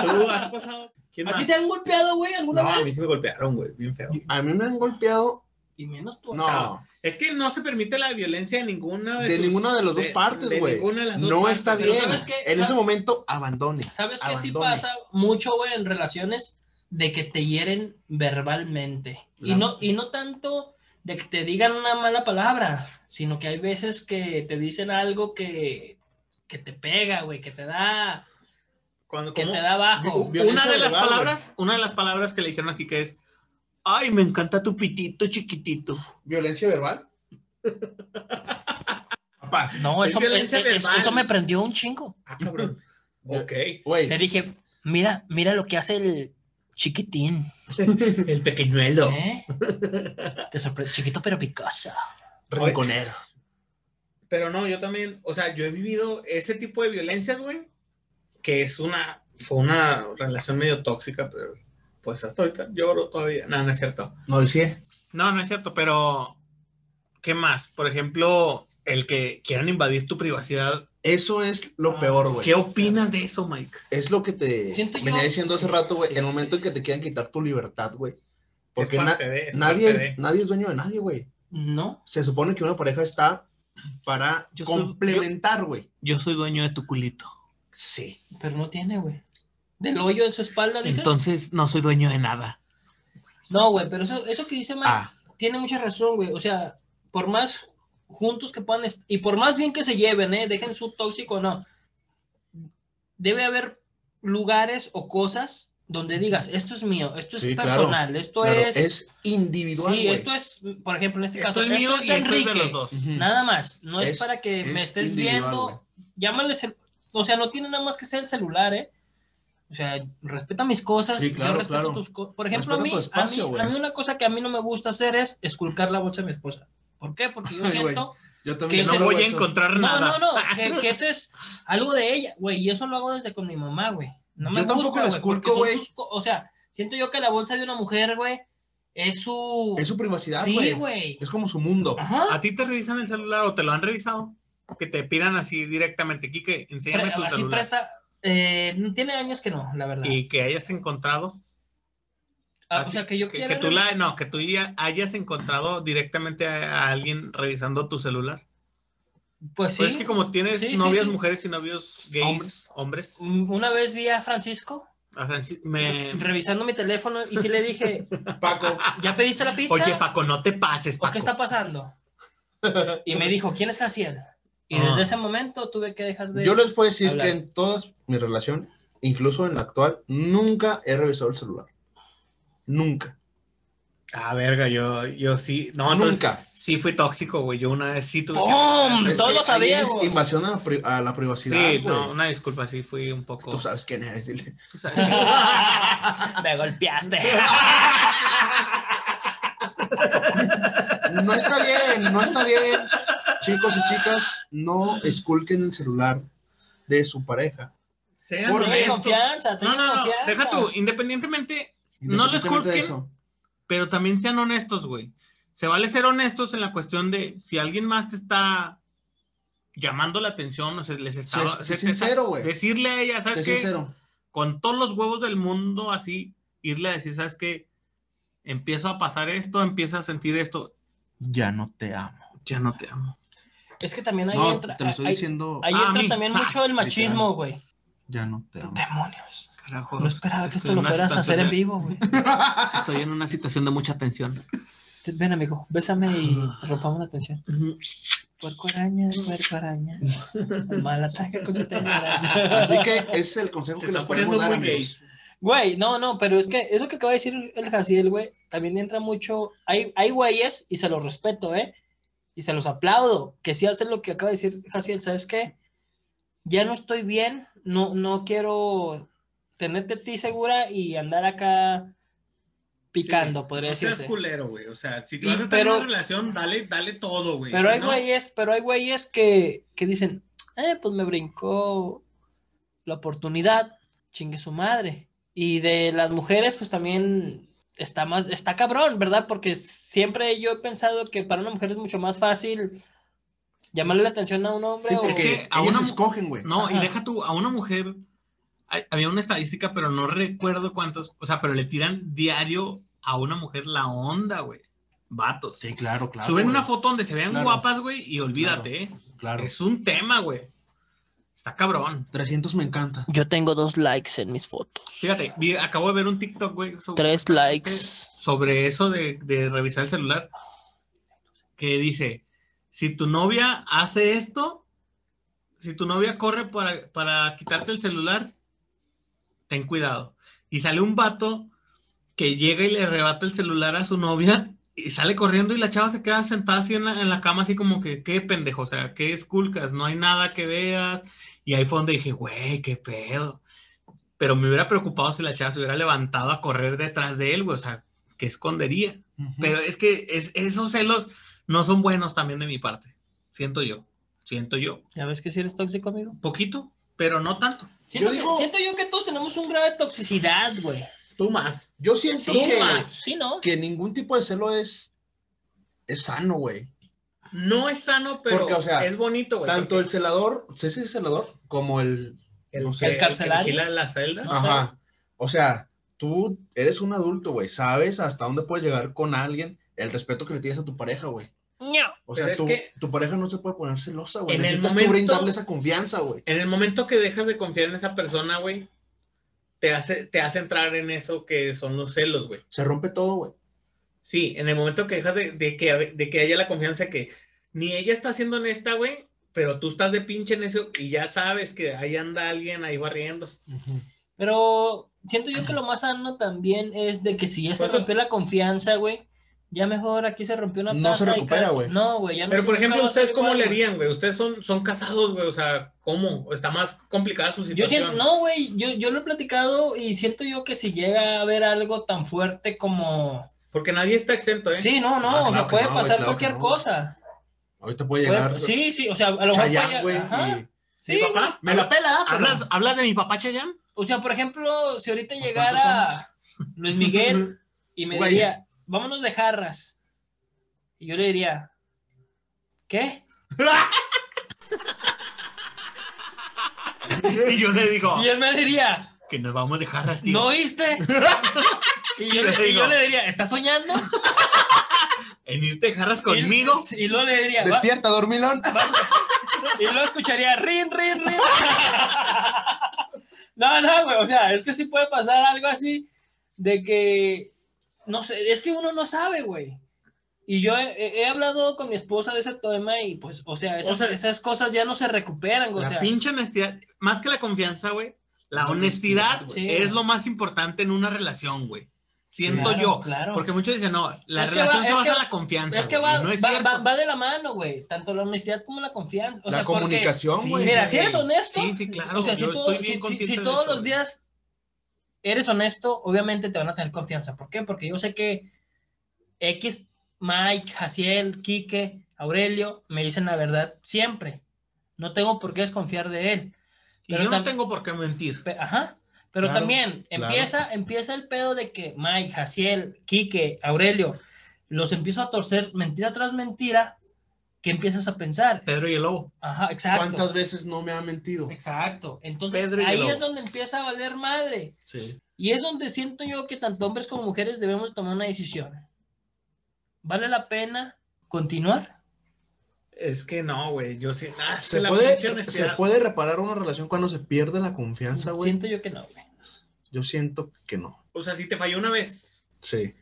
Speaker 2: Tú has pasado. ¿Quién
Speaker 3: ¿A
Speaker 2: más?
Speaker 3: ti te han golpeado, güey,
Speaker 2: No,
Speaker 3: alguna
Speaker 2: a mí
Speaker 3: vez?
Speaker 2: sí me golpearon, güey, bien feo.
Speaker 1: A mí me han golpeado.
Speaker 3: Y menos tú.
Speaker 1: No,
Speaker 2: Es que no se permite la violencia de ninguna de
Speaker 1: de
Speaker 2: sus-
Speaker 1: ninguna de las dos
Speaker 2: de-
Speaker 1: partes,
Speaker 2: de
Speaker 1: güey.
Speaker 2: ninguna de las dos
Speaker 1: No
Speaker 2: partes,
Speaker 1: está
Speaker 2: pero
Speaker 1: bien.
Speaker 2: ¿sabes?
Speaker 3: ¿sabes qué?
Speaker 1: En ese
Speaker 3: ¿Sabes?
Speaker 1: momento, abandone.
Speaker 3: ¿Sabes qué sí
Speaker 1: Abandone.
Speaker 3: pasa mucho, güey, en relaciones? De que te hieren verbalmente. Y
Speaker 1: La-
Speaker 3: no, y no tanto de que te digan una mala palabra, sino que hay veces que te dicen algo que, que te pega, güey, que te da,
Speaker 2: Cuando,
Speaker 3: que
Speaker 2: ¿cómo?
Speaker 3: te da bajo.
Speaker 1: Violencia
Speaker 2: Una de las
Speaker 1: verbal,
Speaker 2: palabras, una de las palabras que le dijeron aquí que es, ay, me encanta tu pitito chiquitito.
Speaker 1: ¿Violencia verbal? Papá,
Speaker 3: No,
Speaker 2: Es
Speaker 3: eso,
Speaker 2: violencia
Speaker 3: es- es-
Speaker 2: verbal.
Speaker 3: eso me prendió un chingo.
Speaker 2: Ah, cabrón. ok.
Speaker 1: güey.
Speaker 3: Le dije, mira, mira lo que hace el chiquitín.
Speaker 2: El pequeñuelo.
Speaker 3: ¿eh? Te sorpre- chiquito pero picoso.
Speaker 1: Rinconero.
Speaker 2: Pero no, yo también, o sea, yo he vivido ese tipo de violencias, güey, que es una, fue una relación medio tóxica, pero pues hasta ahorita lloro todavía. No, no es cierto.
Speaker 1: No decía.
Speaker 2: No, no es cierto, pero ¿qué más? Por ejemplo, el que quieran invadir tu privacidad.
Speaker 1: Eso es lo
Speaker 3: Ah,
Speaker 1: peor, güey.
Speaker 2: ¿Qué opinas de eso, Mike?
Speaker 1: Es lo que te
Speaker 3: Siento yo-
Speaker 1: venía diciendo hace
Speaker 3: sí,
Speaker 1: rato, güey.
Speaker 3: sí,
Speaker 1: el momento
Speaker 3: sí,
Speaker 1: en que
Speaker 3: sí.
Speaker 1: te quieran quitar tu libertad, güey.
Speaker 2: Es
Speaker 1: Porque na-
Speaker 2: parte de, es
Speaker 1: nadie,
Speaker 2: parte de.
Speaker 1: es, nadie es dueño de nadie, güey.
Speaker 3: ¿No?
Speaker 1: Se supone que una pareja está para
Speaker 2: Yo soy-
Speaker 1: complementar, güey.
Speaker 2: Yo soy dueño de tu culito.
Speaker 1: Sí.
Speaker 3: Pero no tiene, güey. Del hoyo en su espalda, dices.
Speaker 2: Entonces no soy dueño de nada.
Speaker 3: No, güey, pero eso, eso que dice Mike
Speaker 1: Ah,
Speaker 3: tiene mucha razón, güey. O sea, por más juntos que puedan est- y por más bien que se lleven, ¿eh? Dejen su tóxico o no. Debe haber lugares o cosas donde digas, esto es mío, esto es
Speaker 1: Sí, claro.
Speaker 3: personal, esto
Speaker 1: claro,
Speaker 3: es...
Speaker 1: es, individual,
Speaker 3: sí,
Speaker 1: güey.
Speaker 3: esto es, por ejemplo, en este
Speaker 2: Esto
Speaker 3: caso,
Speaker 2: es mío
Speaker 3: esto es
Speaker 2: y
Speaker 3: de
Speaker 2: esto es de
Speaker 3: Enrique.
Speaker 2: los dos.
Speaker 1: Ujú.
Speaker 3: Nada más, no es,
Speaker 1: Es-
Speaker 3: para que me
Speaker 1: es
Speaker 3: estés
Speaker 1: individual,
Speaker 3: viendo.
Speaker 1: güey.
Speaker 3: Llámales el- O sea, no tiene nada más que ser el celular, ¿eh? O sea, respeta mis cosas,
Speaker 1: Sí, claro,
Speaker 3: yo respeto
Speaker 1: claro.
Speaker 3: tus cosas. Por ejemplo, a mí,
Speaker 1: Respeta tu espacio,
Speaker 3: a, mí,
Speaker 1: güey.
Speaker 3: a mí una cosa que a mí no me gusta hacer es esculcar la bolsa de mi esposa. ¿Por qué? Porque yo
Speaker 1: Ay, güey,
Speaker 3: siento...
Speaker 1: Yo
Speaker 3: que
Speaker 1: también
Speaker 3: no
Speaker 2: no
Speaker 3: es
Speaker 1: hago
Speaker 2: voy a
Speaker 1: eso.
Speaker 2: encontrar
Speaker 3: No,
Speaker 2: nada.
Speaker 3: no, no, que, que eso es algo de ella, güey, y eso lo hago desde con mi mamá, güey. No me
Speaker 1: Yo tampoco
Speaker 3: gusta,
Speaker 1: la
Speaker 3: güey, porque
Speaker 1: esculco,
Speaker 3: son
Speaker 1: güey.
Speaker 3: sus co- O sea, siento yo que la bolsa de una mujer, güey, es su...
Speaker 1: Es su privacidad,
Speaker 3: sí,
Speaker 1: güey.
Speaker 3: güey. Ah.
Speaker 1: es como su mundo.
Speaker 3: Ajá.
Speaker 2: ¿A ti te revisan el celular o te lo han revisado? Que te pidan así directamente, Quique, enséñame
Speaker 3: Pre-
Speaker 2: tu
Speaker 3: así
Speaker 2: celular.
Speaker 3: presta. eh, no tiene años que no, la verdad.
Speaker 2: Y que hayas encontrado.
Speaker 3: Ah,
Speaker 2: así
Speaker 3: o sea, que yo
Speaker 2: que,
Speaker 3: quiera
Speaker 2: que tú la,
Speaker 3: revisar.
Speaker 2: no, que tú ya hayas encontrado directamente a, a alguien revisando tu celular.
Speaker 3: Pues sí.
Speaker 2: Pero es que como tienes
Speaker 3: Sí, sí,
Speaker 2: novias,
Speaker 3: sí.
Speaker 2: mujeres y novios gays,
Speaker 1: Hombres.
Speaker 2: hombres,
Speaker 3: Mm, Una vez vi a Francisco
Speaker 2: a Francis- me-
Speaker 3: revisando mi teléfono y sí le dije,
Speaker 1: Paco.
Speaker 3: ¿ya pediste la pizza?
Speaker 2: Oye, Paco, no te pases,
Speaker 3: ¿O
Speaker 2: Paco.
Speaker 3: qué está pasando? Y me dijo, ¿quién es Jaciel? Y
Speaker 2: Ah.
Speaker 3: desde ese momento tuve que dejar de...
Speaker 1: Yo les puedo decir
Speaker 3: hablar.
Speaker 1: que en todas mi relación, incluso en la actual, nunca he revisado el celular. Nunca.
Speaker 2: Ah, verga, yo, yo sí. No, entonces,
Speaker 1: nunca.
Speaker 2: sí fui tóxico, güey. Yo una vez sí tuve. que-
Speaker 3: ¡Pum!
Speaker 2: Es que-
Speaker 3: Todos lo
Speaker 1: ahí
Speaker 3: sabíamos.
Speaker 1: es invasión a la, pri- a la
Speaker 2: Sí,
Speaker 1: privacidad.
Speaker 2: no,
Speaker 1: güey.
Speaker 2: una disculpa, sí fui un poco.
Speaker 1: Tú sabes quién eres, dile.
Speaker 2: tú sabes.
Speaker 3: me golpeaste.
Speaker 1: No está bien, no está bien. Chicos y chicas, no esculquen el celular de su pareja.
Speaker 2: Sean
Speaker 1: Por
Speaker 3: Tenga
Speaker 1: esto-
Speaker 2: honestos.
Speaker 3: confianza,
Speaker 2: No,
Speaker 3: tenga
Speaker 2: no, no.
Speaker 3: confianza.
Speaker 2: Deja tú, independientemente, No lo
Speaker 1: Independientemente de
Speaker 2: esculquen.
Speaker 1: eso.
Speaker 2: pero también sean honestos, güey. Se vale ser honestos en la cuestión de si alguien más te está llamando la atención o se les está.
Speaker 1: Sé- sé
Speaker 2: se te está-
Speaker 1: sincero, güey.
Speaker 2: Decirle a ella,
Speaker 1: Sé
Speaker 2: Ah, ¿sabes qué?
Speaker 1: sincero.
Speaker 2: Con todos los huevos del mundo, así, irle a decir, ¿sabes qué? Empiezo a pasar esto, empiezo a sentir esto.
Speaker 1: Ya no te amo.
Speaker 2: Ya no te amo.
Speaker 3: Es que también ahí
Speaker 1: No,
Speaker 3: entra...
Speaker 1: te lo estoy
Speaker 3: ahí-
Speaker 1: diciendo.
Speaker 3: ahí
Speaker 2: Ah, a
Speaker 3: entra
Speaker 2: mí.
Speaker 3: también
Speaker 2: Ah,
Speaker 3: mucho el machismo, güey.
Speaker 1: Ya no te amo.
Speaker 3: Demonios.
Speaker 2: Carajo.
Speaker 3: No esperaba que
Speaker 2: Estoy
Speaker 3: esto
Speaker 2: en
Speaker 3: lo
Speaker 2: una
Speaker 3: fueras a
Speaker 2: situación
Speaker 3: hacer en
Speaker 2: de-
Speaker 3: vivo, güey.
Speaker 2: Estoy en una situación de mucha tensión.
Speaker 3: Ven, amigo, bésame y rompamos la tensión. Puerco araña, puerco araña. Mal ataca con su telaraña.
Speaker 1: Así que ese es el consejo
Speaker 2: Se
Speaker 1: que les
Speaker 2: está poniendo
Speaker 1: podemos dar,
Speaker 2: muy
Speaker 1: amigos.
Speaker 2: gays.
Speaker 3: Güey, no, no, pero es que eso que acaba de decir el Jaciel, güey, también entra mucho. Hay, hay güeyes, y se los respeto, ¿eh? Y se los aplaudo, que sí hacen lo que acaba de decir Jaciel, ¿sabes qué? Ya no estoy bien, no, no quiero tenerte a ti segura y andar acá picando, podría
Speaker 2: No seas
Speaker 3: decirse.
Speaker 2: culero, güey. O sea, si
Speaker 3: Y-
Speaker 2: te vas a estar
Speaker 3: pero-
Speaker 2: en una relación, dale, dale todo, güey.
Speaker 3: Pero
Speaker 2: Si
Speaker 3: hay
Speaker 2: no-
Speaker 3: güeyes, pero hay güeyes que, que dicen, eh, pues me brincó la oportunidad, chingue su madre. Y de las mujeres, pues también está más, está cabrón, ¿verdad? Porque siempre yo he pensado que para una mujer es mucho más fácil llamarle la atención a un hombre
Speaker 1: Sí,
Speaker 3: o...
Speaker 1: porque
Speaker 2: que a
Speaker 1: ellas
Speaker 2: una mu-
Speaker 1: escogen, güey.
Speaker 2: No, y
Speaker 3: Ajá.
Speaker 2: deja tú, a una mujer, hay- había una estadística, pero no recuerdo cuántos, o sea, pero le tiran diario a una mujer la onda, güey. Vatos.
Speaker 1: Sí, claro, claro.
Speaker 2: Suben
Speaker 1: güey.
Speaker 2: una foto donde se vean
Speaker 1: Claro.
Speaker 2: guapas, güey, y olvídate, eh.
Speaker 1: Claro.
Speaker 2: Es un tema, güey. Está cabrón.
Speaker 1: 300 me encanta.
Speaker 3: Yo tengo dos likes en mis fotos.
Speaker 2: Fíjate, vi- acabo de ver un TikTok, güey, so- sobre,
Speaker 3: Tres likes.
Speaker 2: eso de, de revisar el celular, que dice, si tu novia hace esto, si tu novia corre para, para quitarte el celular, ten cuidado. Y sale un vato que llega y le arrebata el celular a su novia y sale corriendo y la chava se queda sentada así en la, en la cama, así como que, qué pendejo, o sea, qué esculcas, no hay nada que veas. Y ahí fue donde dije, güey, qué pedo. Pero me hubiera preocupado si la chava se hubiera levantado a correr detrás de él, güey, o sea, que escondería.
Speaker 1: Ujú.
Speaker 2: Pero es que es- esos celos no son buenos también de mi parte, siento yo, siento yo.
Speaker 3: ¿Ya ves que si eres tóxico, amigo?
Speaker 2: Poquito, pero no tanto.
Speaker 3: Siento, que-
Speaker 1: digo-
Speaker 3: siento yo que todos tenemos un grado de toxicidad, güey.
Speaker 2: Tú más.
Speaker 1: Yo siento
Speaker 3: Sí,
Speaker 1: que,
Speaker 3: güey. sí, ¿no?
Speaker 1: que ningún tipo de celo es, es sano, güey.
Speaker 2: No es sano, pero
Speaker 1: Porque, o sea,
Speaker 2: es bonito, güey.
Speaker 1: Tanto
Speaker 2: Pues porque-
Speaker 1: el celador, ¿sí es el celador? Como el, no sé,
Speaker 2: el,
Speaker 3: el
Speaker 2: que
Speaker 3: carcelario.
Speaker 2: vigila las celdas.
Speaker 3: Ah.
Speaker 1: Ajá. O sea, tú eres un adulto, güey. Sabes hasta dónde puedes llegar con alguien, el respeto que le tienes a tu pareja, güey.
Speaker 3: No.
Speaker 1: O
Speaker 2: Pero
Speaker 1: sea,
Speaker 2: es
Speaker 1: tu,
Speaker 2: que-
Speaker 1: tu pareja no se puede poner celosa, güey.
Speaker 2: En el
Speaker 1: Necesitas tú
Speaker 2: momento-
Speaker 1: brindarle esa confianza, güey.
Speaker 2: En el momento que dejas de confiar en esa persona, güey, te hace, te hace entrar en eso que son los celos, güey.
Speaker 1: Se rompe todo, güey.
Speaker 2: Sí, en el momento que dejas de, de que, de que haya la confianza que ni ella está siendo honesta, güey, pero tú estás de pinche en eso y ya sabes que ahí anda alguien ahí barriendo.
Speaker 3: Pero siento yo que lo más sano también es de que si ya se
Speaker 2: Pues,
Speaker 3: rompió la confianza, güey, ya mejor aquí se rompió una
Speaker 1: No se
Speaker 3: taza y
Speaker 1: recupera,
Speaker 3: cada-
Speaker 1: güey.
Speaker 3: No, güey, ya no
Speaker 2: Pero,
Speaker 3: se-
Speaker 2: por
Speaker 3: nunca
Speaker 2: ejemplo,
Speaker 3: va a ser
Speaker 2: ¿ustedes cómo
Speaker 3: igual,
Speaker 2: le
Speaker 3: güey.
Speaker 2: harían, güey? Ustedes son, son casados, güey, o sea, ¿cómo? Está más complicada su
Speaker 3: Yo
Speaker 2: situación.
Speaker 3: siento, no, güey, yo, yo lo he platicado y siento yo que si llega a haber algo tan fuerte como...
Speaker 2: Porque nadie está exento, ¿eh?
Speaker 3: Sí, no, no,
Speaker 1: Ah,
Speaker 3: o sea,
Speaker 1: claro que
Speaker 3: puede
Speaker 1: no, güey,
Speaker 3: pasar
Speaker 1: claro que
Speaker 3: cualquier
Speaker 1: no.
Speaker 3: cosa.
Speaker 1: Ahorita puede
Speaker 3: Puede-
Speaker 1: llegar
Speaker 3: pues sí, sí, o sea, a lo mejor
Speaker 1: Chayanne,
Speaker 3: puede-
Speaker 1: güey.
Speaker 3: ajá,
Speaker 1: y-
Speaker 3: sí,
Speaker 2: ¿Mi
Speaker 3: güey.
Speaker 2: papá?
Speaker 1: Me la pela, ¿ah? Pero-
Speaker 2: ¿Hablas, ¿Hablas de mi papá, Chayanne?
Speaker 3: O sea, por ejemplo, si ahorita
Speaker 1: Pues,
Speaker 3: llegara Luis Miguel y me
Speaker 1: Güey.
Speaker 3: diría, vámonos de jarras. Y yo le diría, ¿qué?
Speaker 2: Y yo le digo
Speaker 3: Y él me diría,
Speaker 2: que nos vamos a dejar así.
Speaker 3: ¿no viste? Y yo,
Speaker 2: Y le
Speaker 3: le- y yo
Speaker 2: digo,
Speaker 3: le diría, ¿estás soñando?
Speaker 2: en irte jarras
Speaker 3: Y-
Speaker 2: conmigo.
Speaker 3: Y, luego le diría, "Va-
Speaker 1: Despierta, dormilón.
Speaker 3: y luego escucharía, rin, rin, rin. No, no, güey, o sea, es que sí puede pasar algo así de que, no sé, es que uno no sabe, güey. Y yo he, he- he hablado con mi esposa de ese tema y pues, o sea, esas,
Speaker 2: O sea,
Speaker 3: esas cosas ya no se recuperan, güey, o
Speaker 2: la
Speaker 3: sea,
Speaker 2: pinche honestidad, más que la confianza, güey, la
Speaker 1: La
Speaker 2: honestidad
Speaker 1: honestidad,
Speaker 3: güey.
Speaker 2: es
Speaker 3: Sí.
Speaker 2: lo más importante en una relación, güey. Siento
Speaker 3: claro,
Speaker 2: yo.
Speaker 3: Claro.
Speaker 2: Porque muchos dicen, no, la
Speaker 3: Es que
Speaker 2: relación
Speaker 3: va-
Speaker 2: se
Speaker 3: es
Speaker 2: basa
Speaker 3: que-
Speaker 2: en la confianza.
Speaker 3: es que
Speaker 2: güey,
Speaker 3: va,
Speaker 2: y no es
Speaker 3: va-
Speaker 2: cierto.
Speaker 3: va- va de la mano, güey, tanto la honestidad como la confianza. O
Speaker 1: la
Speaker 3: sea, porque,
Speaker 1: comunicación,
Speaker 2: Sí,
Speaker 1: güey.
Speaker 3: Mira,
Speaker 2: güey.
Speaker 3: si eres honesto,
Speaker 2: Sí, sí, claro,
Speaker 3: o sea, si,
Speaker 2: yo
Speaker 3: tú-
Speaker 2: estoy bien
Speaker 3: si- si-
Speaker 2: consciente
Speaker 3: si
Speaker 2: de
Speaker 3: todos
Speaker 2: eso,
Speaker 3: los
Speaker 2: güey.
Speaker 3: días eres honesto, obviamente te van a tener confianza. ¿Por qué? Porque yo sé que X, Mike, Jaciel, Quique, Aurelio me dicen la verdad siempre. No tengo por qué desconfiar de él.
Speaker 2: y
Speaker 3: pero
Speaker 2: yo
Speaker 3: tam-
Speaker 2: no tengo por qué mentir.
Speaker 3: Pe- Ajá. Pero
Speaker 1: Claro,
Speaker 3: también
Speaker 1: claro.
Speaker 3: empieza, empieza el pedo de que Mike, Jaciel, Quique, Aurelio, los empiezo a torcer mentira tras mentira, que empiezas a pensar.
Speaker 2: Pedro y el lobo.
Speaker 3: Ajá, exacto.
Speaker 1: ¿Cuántas veces no me ha mentido?
Speaker 3: Exacto. Entonces
Speaker 2: Pedro y el
Speaker 3: ahí
Speaker 2: lobo.
Speaker 3: es donde empieza a valer madre.
Speaker 1: Sí.
Speaker 3: Y es donde siento yo que tanto hombres como mujeres debemos tomar una decisión. ¿Vale la pena continuar?
Speaker 2: Es que no, güey. Yo sí. ah, es que
Speaker 1: ¿Se
Speaker 2: la
Speaker 1: puede,
Speaker 2: pinche
Speaker 1: se
Speaker 2: honestidad-
Speaker 1: puede reparar una relación cuando se pierde la confianza, güey?
Speaker 3: Siento yo que no, güey.
Speaker 1: Yo siento que no.
Speaker 2: O sea, si te falló una vez,
Speaker 1: Sí.
Speaker 3: Te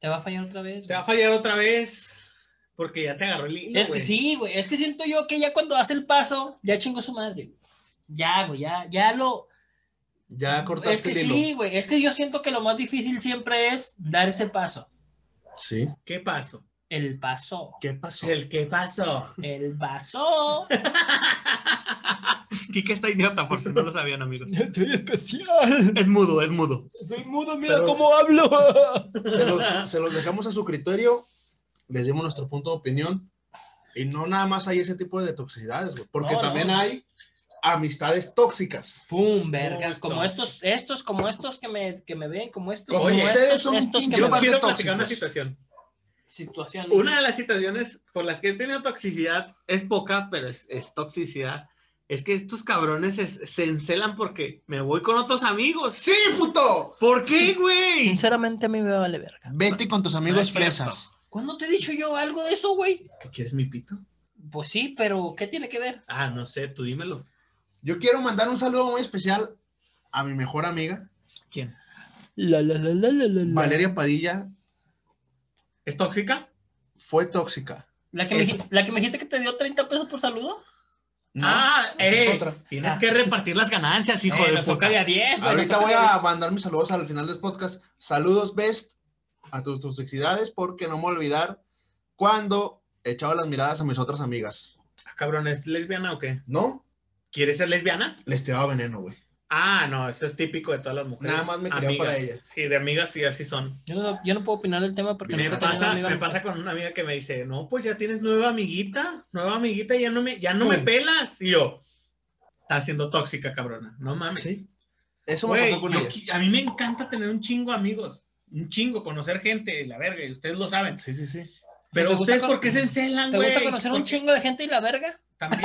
Speaker 3: Te va a fallar otra vez.
Speaker 2: Te va a
Speaker 3: güey.
Speaker 2: fallar otra vez porque ya te agarró el hilo.
Speaker 3: Es que
Speaker 2: güey.
Speaker 3: sí, güey. Es que siento yo que ya cuando hace el paso, ya chingó su madre. güey. Ya, güey, ya, ya lo.
Speaker 1: Ya cortaste
Speaker 3: Es que
Speaker 1: el hilo.
Speaker 3: sí, güey. Es que yo siento que lo más difícil siempre es dar ese paso.
Speaker 1: Sí.
Speaker 2: ¿Qué pasó?
Speaker 3: El paso.
Speaker 1: ¿Qué pasó?
Speaker 2: El qué pasó.
Speaker 3: El paso.
Speaker 2: Kike está idiota, por si no lo sabían, amigos.
Speaker 3: estoy especial.
Speaker 2: Es mudo, es mudo.
Speaker 3: Soy mudo,
Speaker 1: mira Pero-
Speaker 3: cómo hablo.
Speaker 1: Se los, se los dejamos a su criterio, les dimos nuestro punto de opinión. Y no nada más hay ese tipo de toxicidades, güey, porque
Speaker 3: No, no.
Speaker 1: también hay amistades tóxicas.
Speaker 3: Pum, vergas.
Speaker 2: Justo.
Speaker 3: Como estos, estos, como estos que me, que me ven, como estos,
Speaker 2: Oye,
Speaker 3: como
Speaker 1: ustedes
Speaker 3: estos,
Speaker 1: son
Speaker 3: estos que
Speaker 1: yo
Speaker 2: Yo
Speaker 3: me
Speaker 1: varios
Speaker 2: quiero
Speaker 1: tóxicos.
Speaker 2: platicar una situación.
Speaker 3: Situaciones.
Speaker 2: Una de las situaciones por las que he tenido toxicidad es poca, pero es, es toxicidad. Es que estos cabrones se, se encelan porque me voy con otros amigos.
Speaker 1: ¡Sí, puto!
Speaker 2: ¿Por qué, güey?
Speaker 3: Sinceramente a mí me vale verga.
Speaker 1: Vete con tus
Speaker 2: No
Speaker 1: amigos
Speaker 2: es cierto.
Speaker 1: fresas.
Speaker 3: ¿Cuándo te he dicho yo algo de eso, güey?
Speaker 2: ¿Qué quieres, mi pito?
Speaker 3: Pues sí, pero ¿qué tiene que ver?
Speaker 2: Ah, no sé, tú dímelo.
Speaker 1: Yo quiero mandar un saludo muy especial a mi mejor amiga,
Speaker 2: ¿Quién?
Speaker 3: La, la, la, la, la, la, la.
Speaker 1: Valeria Padilla.
Speaker 2: ¿Es tóxica?
Speaker 1: Fue tóxica.
Speaker 3: ¿La que, me,
Speaker 2: Es-
Speaker 3: dijiste- la que me dijiste que te dio 30 pesos por saludo.
Speaker 1: No,
Speaker 2: ah, eh,
Speaker 1: otra.
Speaker 2: tienes
Speaker 3: Ah.
Speaker 2: que repartir las ganancias, hijo
Speaker 3: Eh,
Speaker 2: de
Speaker 3: nos toca
Speaker 2: puta.
Speaker 3: de a 10, güey, nos
Speaker 1: Ahorita
Speaker 3: toca
Speaker 1: voy
Speaker 3: de
Speaker 1: a mandar mis saludos al final del podcast. Saludos, best, a tus toxicidades, porque no me voy a olvidar cuando echaba las miradas a mis otras amigas.
Speaker 2: Ah, Cabrón, ¿es lesbiana o qué?
Speaker 1: ¿No?
Speaker 2: ¿Quieres ser lesbiana?
Speaker 1: Les tiraba veneno, güey.
Speaker 2: Ah, no, eso es típico de todas las mujeres.
Speaker 1: Nada más me quería
Speaker 2: Amigas.
Speaker 1: para ella.
Speaker 2: Sí, de amigas sí, así son.
Speaker 3: Yo no, yo no puedo opinar del tema porque
Speaker 2: Me
Speaker 3: nunca he tenido
Speaker 2: pasa,
Speaker 3: una amiga
Speaker 2: me
Speaker 3: mujer.
Speaker 2: pasa con una amiga que me dice, no, pues ya tienes nueva amiguita, nueva amiguita, ya no me, ya no me
Speaker 1: Mm.
Speaker 2: pelas. Y yo, está siendo tóxica, cabrona. No mames.
Speaker 1: Sí. Eso me
Speaker 2: Güey,
Speaker 1: pasó con
Speaker 2: yo
Speaker 1: ella.
Speaker 2: qui- a mí me encanta tener un chingo de amigos, un chingo, conocer gente, la verga, y ustedes lo saben.
Speaker 1: Sí, sí, sí.
Speaker 2: Pero
Speaker 3: ¿Te gusta
Speaker 2: ustedes,
Speaker 3: con-
Speaker 2: ¿por qué se encelan,
Speaker 3: ¿Te
Speaker 2: güey?
Speaker 3: gusta conocer un
Speaker 2: Porque
Speaker 3: chingo de gente y la verga?
Speaker 2: también-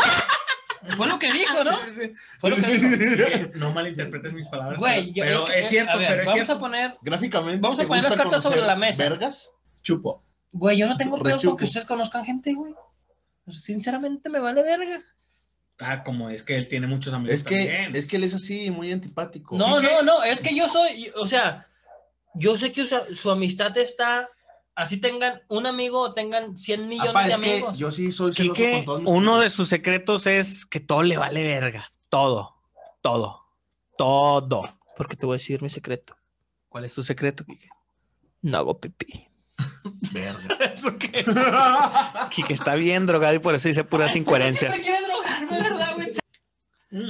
Speaker 3: Fue lo que dijo, ¿no?
Speaker 1: Sí, sí, sí.
Speaker 3: Fue lo que dijo.
Speaker 2: Oye, no malinterpretes mis palabras.
Speaker 3: Güey, yo-
Speaker 2: pero
Speaker 3: es, que- eh,
Speaker 2: es cierto,
Speaker 3: a ver,
Speaker 2: pero es
Speaker 3: vamos
Speaker 2: cierto.
Speaker 3: a poner,
Speaker 1: Gráficamente.
Speaker 3: Vamos a
Speaker 1: ¿te
Speaker 3: poner las
Speaker 1: gusta
Speaker 3: cartas sobre
Speaker 1: conocer
Speaker 3: la mesa.
Speaker 1: Vergas.
Speaker 2: Chupo.
Speaker 3: güey, yo no tengo pedos
Speaker 1: Rechupo.
Speaker 3: porque ustedes conozcan gente, güey. Sinceramente me vale verga.
Speaker 2: Ah, como es que él tiene muchos amigos
Speaker 1: Es que,
Speaker 2: también.
Speaker 1: es que él es así, muy antipático.
Speaker 3: No,
Speaker 2: ¿Qué?
Speaker 3: no, no, es que yo soy, o sea, yo sé que o sea, su amistad está, así tengan un amigo o tengan 100 millones
Speaker 1: Apa,
Speaker 3: de
Speaker 1: es que
Speaker 3: amigos.
Speaker 1: yo sí soy celoso
Speaker 2: Quique,
Speaker 1: con todos mis
Speaker 2: uno
Speaker 1: amigos.
Speaker 2: de sus secretos es que todo le vale verga. Todo. Todo. Todo.
Speaker 3: Porque te voy a decir mi secreto,
Speaker 2: ¿Cuál es tu secreto, Kike?
Speaker 3: no hago pipí.
Speaker 1: Verga.
Speaker 2: Kike está bien drogado y por eso dice puras
Speaker 3: Siempre quiere drogarme, ¿verdad, güey?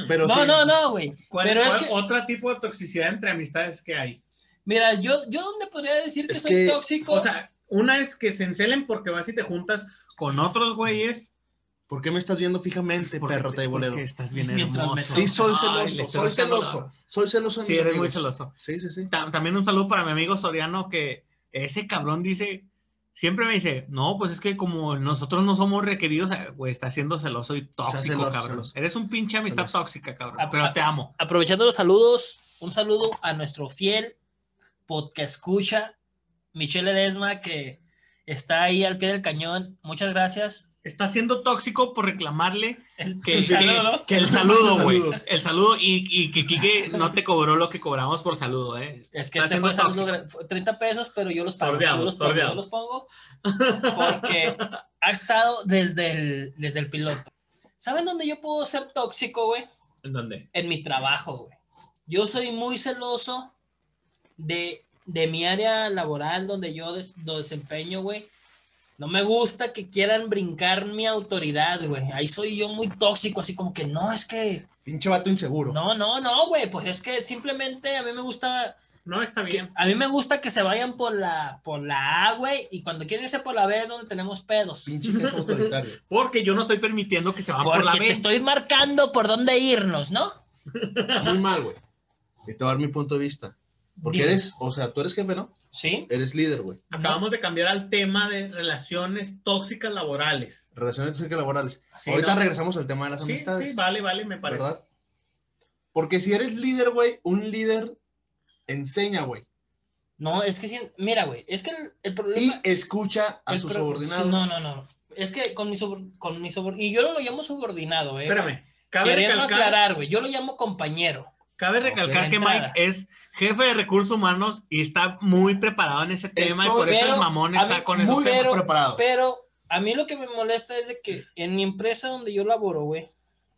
Speaker 1: Pero
Speaker 3: No,
Speaker 1: sí,
Speaker 3: no, no, güey.
Speaker 2: Mm, ¿Cuál,
Speaker 3: Pero es
Speaker 2: cuál
Speaker 3: que-
Speaker 2: otro tipo de toxicidad entre amistades que hay?
Speaker 3: Mira, yo, yo donde podría decir que
Speaker 1: Es
Speaker 3: soy
Speaker 1: que,
Speaker 3: tóxico.
Speaker 2: O sea, una es que se encelen porque vas y te juntas con otros güeyes.
Speaker 1: ¿Por qué me estás viendo fijamente,
Speaker 2: porque
Speaker 1: perro
Speaker 2: te-
Speaker 1: taibolero?
Speaker 2: porque estás bien
Speaker 3: Mientras me
Speaker 2: hermoso.
Speaker 1: Sí, soy
Speaker 2: Ay,
Speaker 1: celoso,
Speaker 2: le estoy
Speaker 1: soy
Speaker 2: buscando la-
Speaker 1: celoso. Soy celoso de
Speaker 2: Sí,
Speaker 1: mis
Speaker 2: eres muy
Speaker 1: amigos.
Speaker 2: celoso.
Speaker 1: Sí, sí, sí.
Speaker 2: Ta- también un saludo para mi amigo Soriano, que ese cabrón dice, siempre me dice, no, pues es que como nosotros no somos requeridos, eh, güey, está siendo celoso y tóxico,
Speaker 1: celoso,
Speaker 2: cabrón.
Speaker 1: celoso.
Speaker 2: Eres un pinche amistad
Speaker 1: Celoso.
Speaker 2: tóxica, cabrón.
Speaker 3: Ah,
Speaker 2: pero
Speaker 3: ah,
Speaker 2: te amo.
Speaker 3: aprovechando los saludos, un saludo a nuestro fiel podcast escucha, Michelle Desma, que está ahí al pie del cañón. Muchas gracias.
Speaker 2: Está siendo tóxico por reclamarle
Speaker 3: El,
Speaker 2: que
Speaker 3: el
Speaker 2: que-
Speaker 3: saludo, ¿no?
Speaker 2: que el saludo, güey.
Speaker 1: Saludos.
Speaker 2: El saludo y, y que Kike no te cobró lo que cobramos por saludo, ¿eh?
Speaker 3: Es que
Speaker 2: Está
Speaker 3: este
Speaker 2: siendo
Speaker 3: fue saludo gra- fue 30 pesos, pero yo los pago.
Speaker 2: Sordeados,
Speaker 3: yo los pongo, yo los pongo porque ha estado desde el, desde el piloto. ¿Saben dónde yo puedo ser tóxico, güey?
Speaker 2: ¿En dónde?
Speaker 3: en mi trabajo, güey. Yo soy muy celoso de, de mi área laboral donde yo des- do- desempeño, güey. No me gusta que quieran brincar mi autoridad, güey. Ahí soy yo muy tóxico, así como que no, es que...
Speaker 1: Pinche vato inseguro.
Speaker 3: No, no, no, güey. Pues es que simplemente a mí me gusta...
Speaker 2: No, está
Speaker 3: que-
Speaker 2: bien.
Speaker 3: a mí me gusta que se vayan por la, por la A, güey. Y cuando quieren irse por la B es donde tenemos pedos.
Speaker 1: Pinche jefe autoritario.
Speaker 2: Porque yo no estoy permitiendo que se va Ah, por la
Speaker 3: Porque
Speaker 2: B.
Speaker 3: te estoy marcando por dónde irnos, ¿no?
Speaker 1: Está Muy mal, güey. Y te voy a dar mi punto de vista. Porque
Speaker 3: Dime.
Speaker 1: eres, o sea, tú eres jefe, ¿no?
Speaker 3: ¿Sí?
Speaker 1: Eres líder, güey.
Speaker 2: Acabamos de cambiar al tema de relaciones tóxicas laborales.
Speaker 1: Relaciones tóxicas laborales.
Speaker 2: Sí,
Speaker 1: Ahorita
Speaker 2: ¿no?
Speaker 1: regresamos al tema de las
Speaker 2: Sí,
Speaker 1: amistades.
Speaker 2: sí, vale, vale, me parece.
Speaker 1: ¿Verdad? Porque si eres líder, güey, un líder enseña, güey.
Speaker 3: No, es que sí. Mira, güey, es que el, el
Speaker 1: Y
Speaker 3: problema...
Speaker 1: escucha a
Speaker 3: El
Speaker 1: tus
Speaker 3: pro-
Speaker 1: subordinados.
Speaker 3: No, no, no. Es que con mi, subor- con mi subor- Y yo no lo llamo subordinado, eh.
Speaker 2: Espérame. Cabe
Speaker 3: Queriendo
Speaker 2: recalcar,
Speaker 3: aclarar, güey. Yo lo llamo compañero.
Speaker 2: Cabe recalcar que Mike
Speaker 3: entrada.
Speaker 2: es jefe de recursos humanos y está muy preparado en ese tema y
Speaker 1: Estoy-
Speaker 2: por eso
Speaker 3: Pero,
Speaker 2: el mamón
Speaker 3: a
Speaker 2: está
Speaker 3: mí,
Speaker 2: con esos
Speaker 3: muy
Speaker 2: temas.
Speaker 3: pero-
Speaker 1: preparado.
Speaker 3: Pero a mí lo que me molesta es de que en mi empresa donde yo laboro, güey,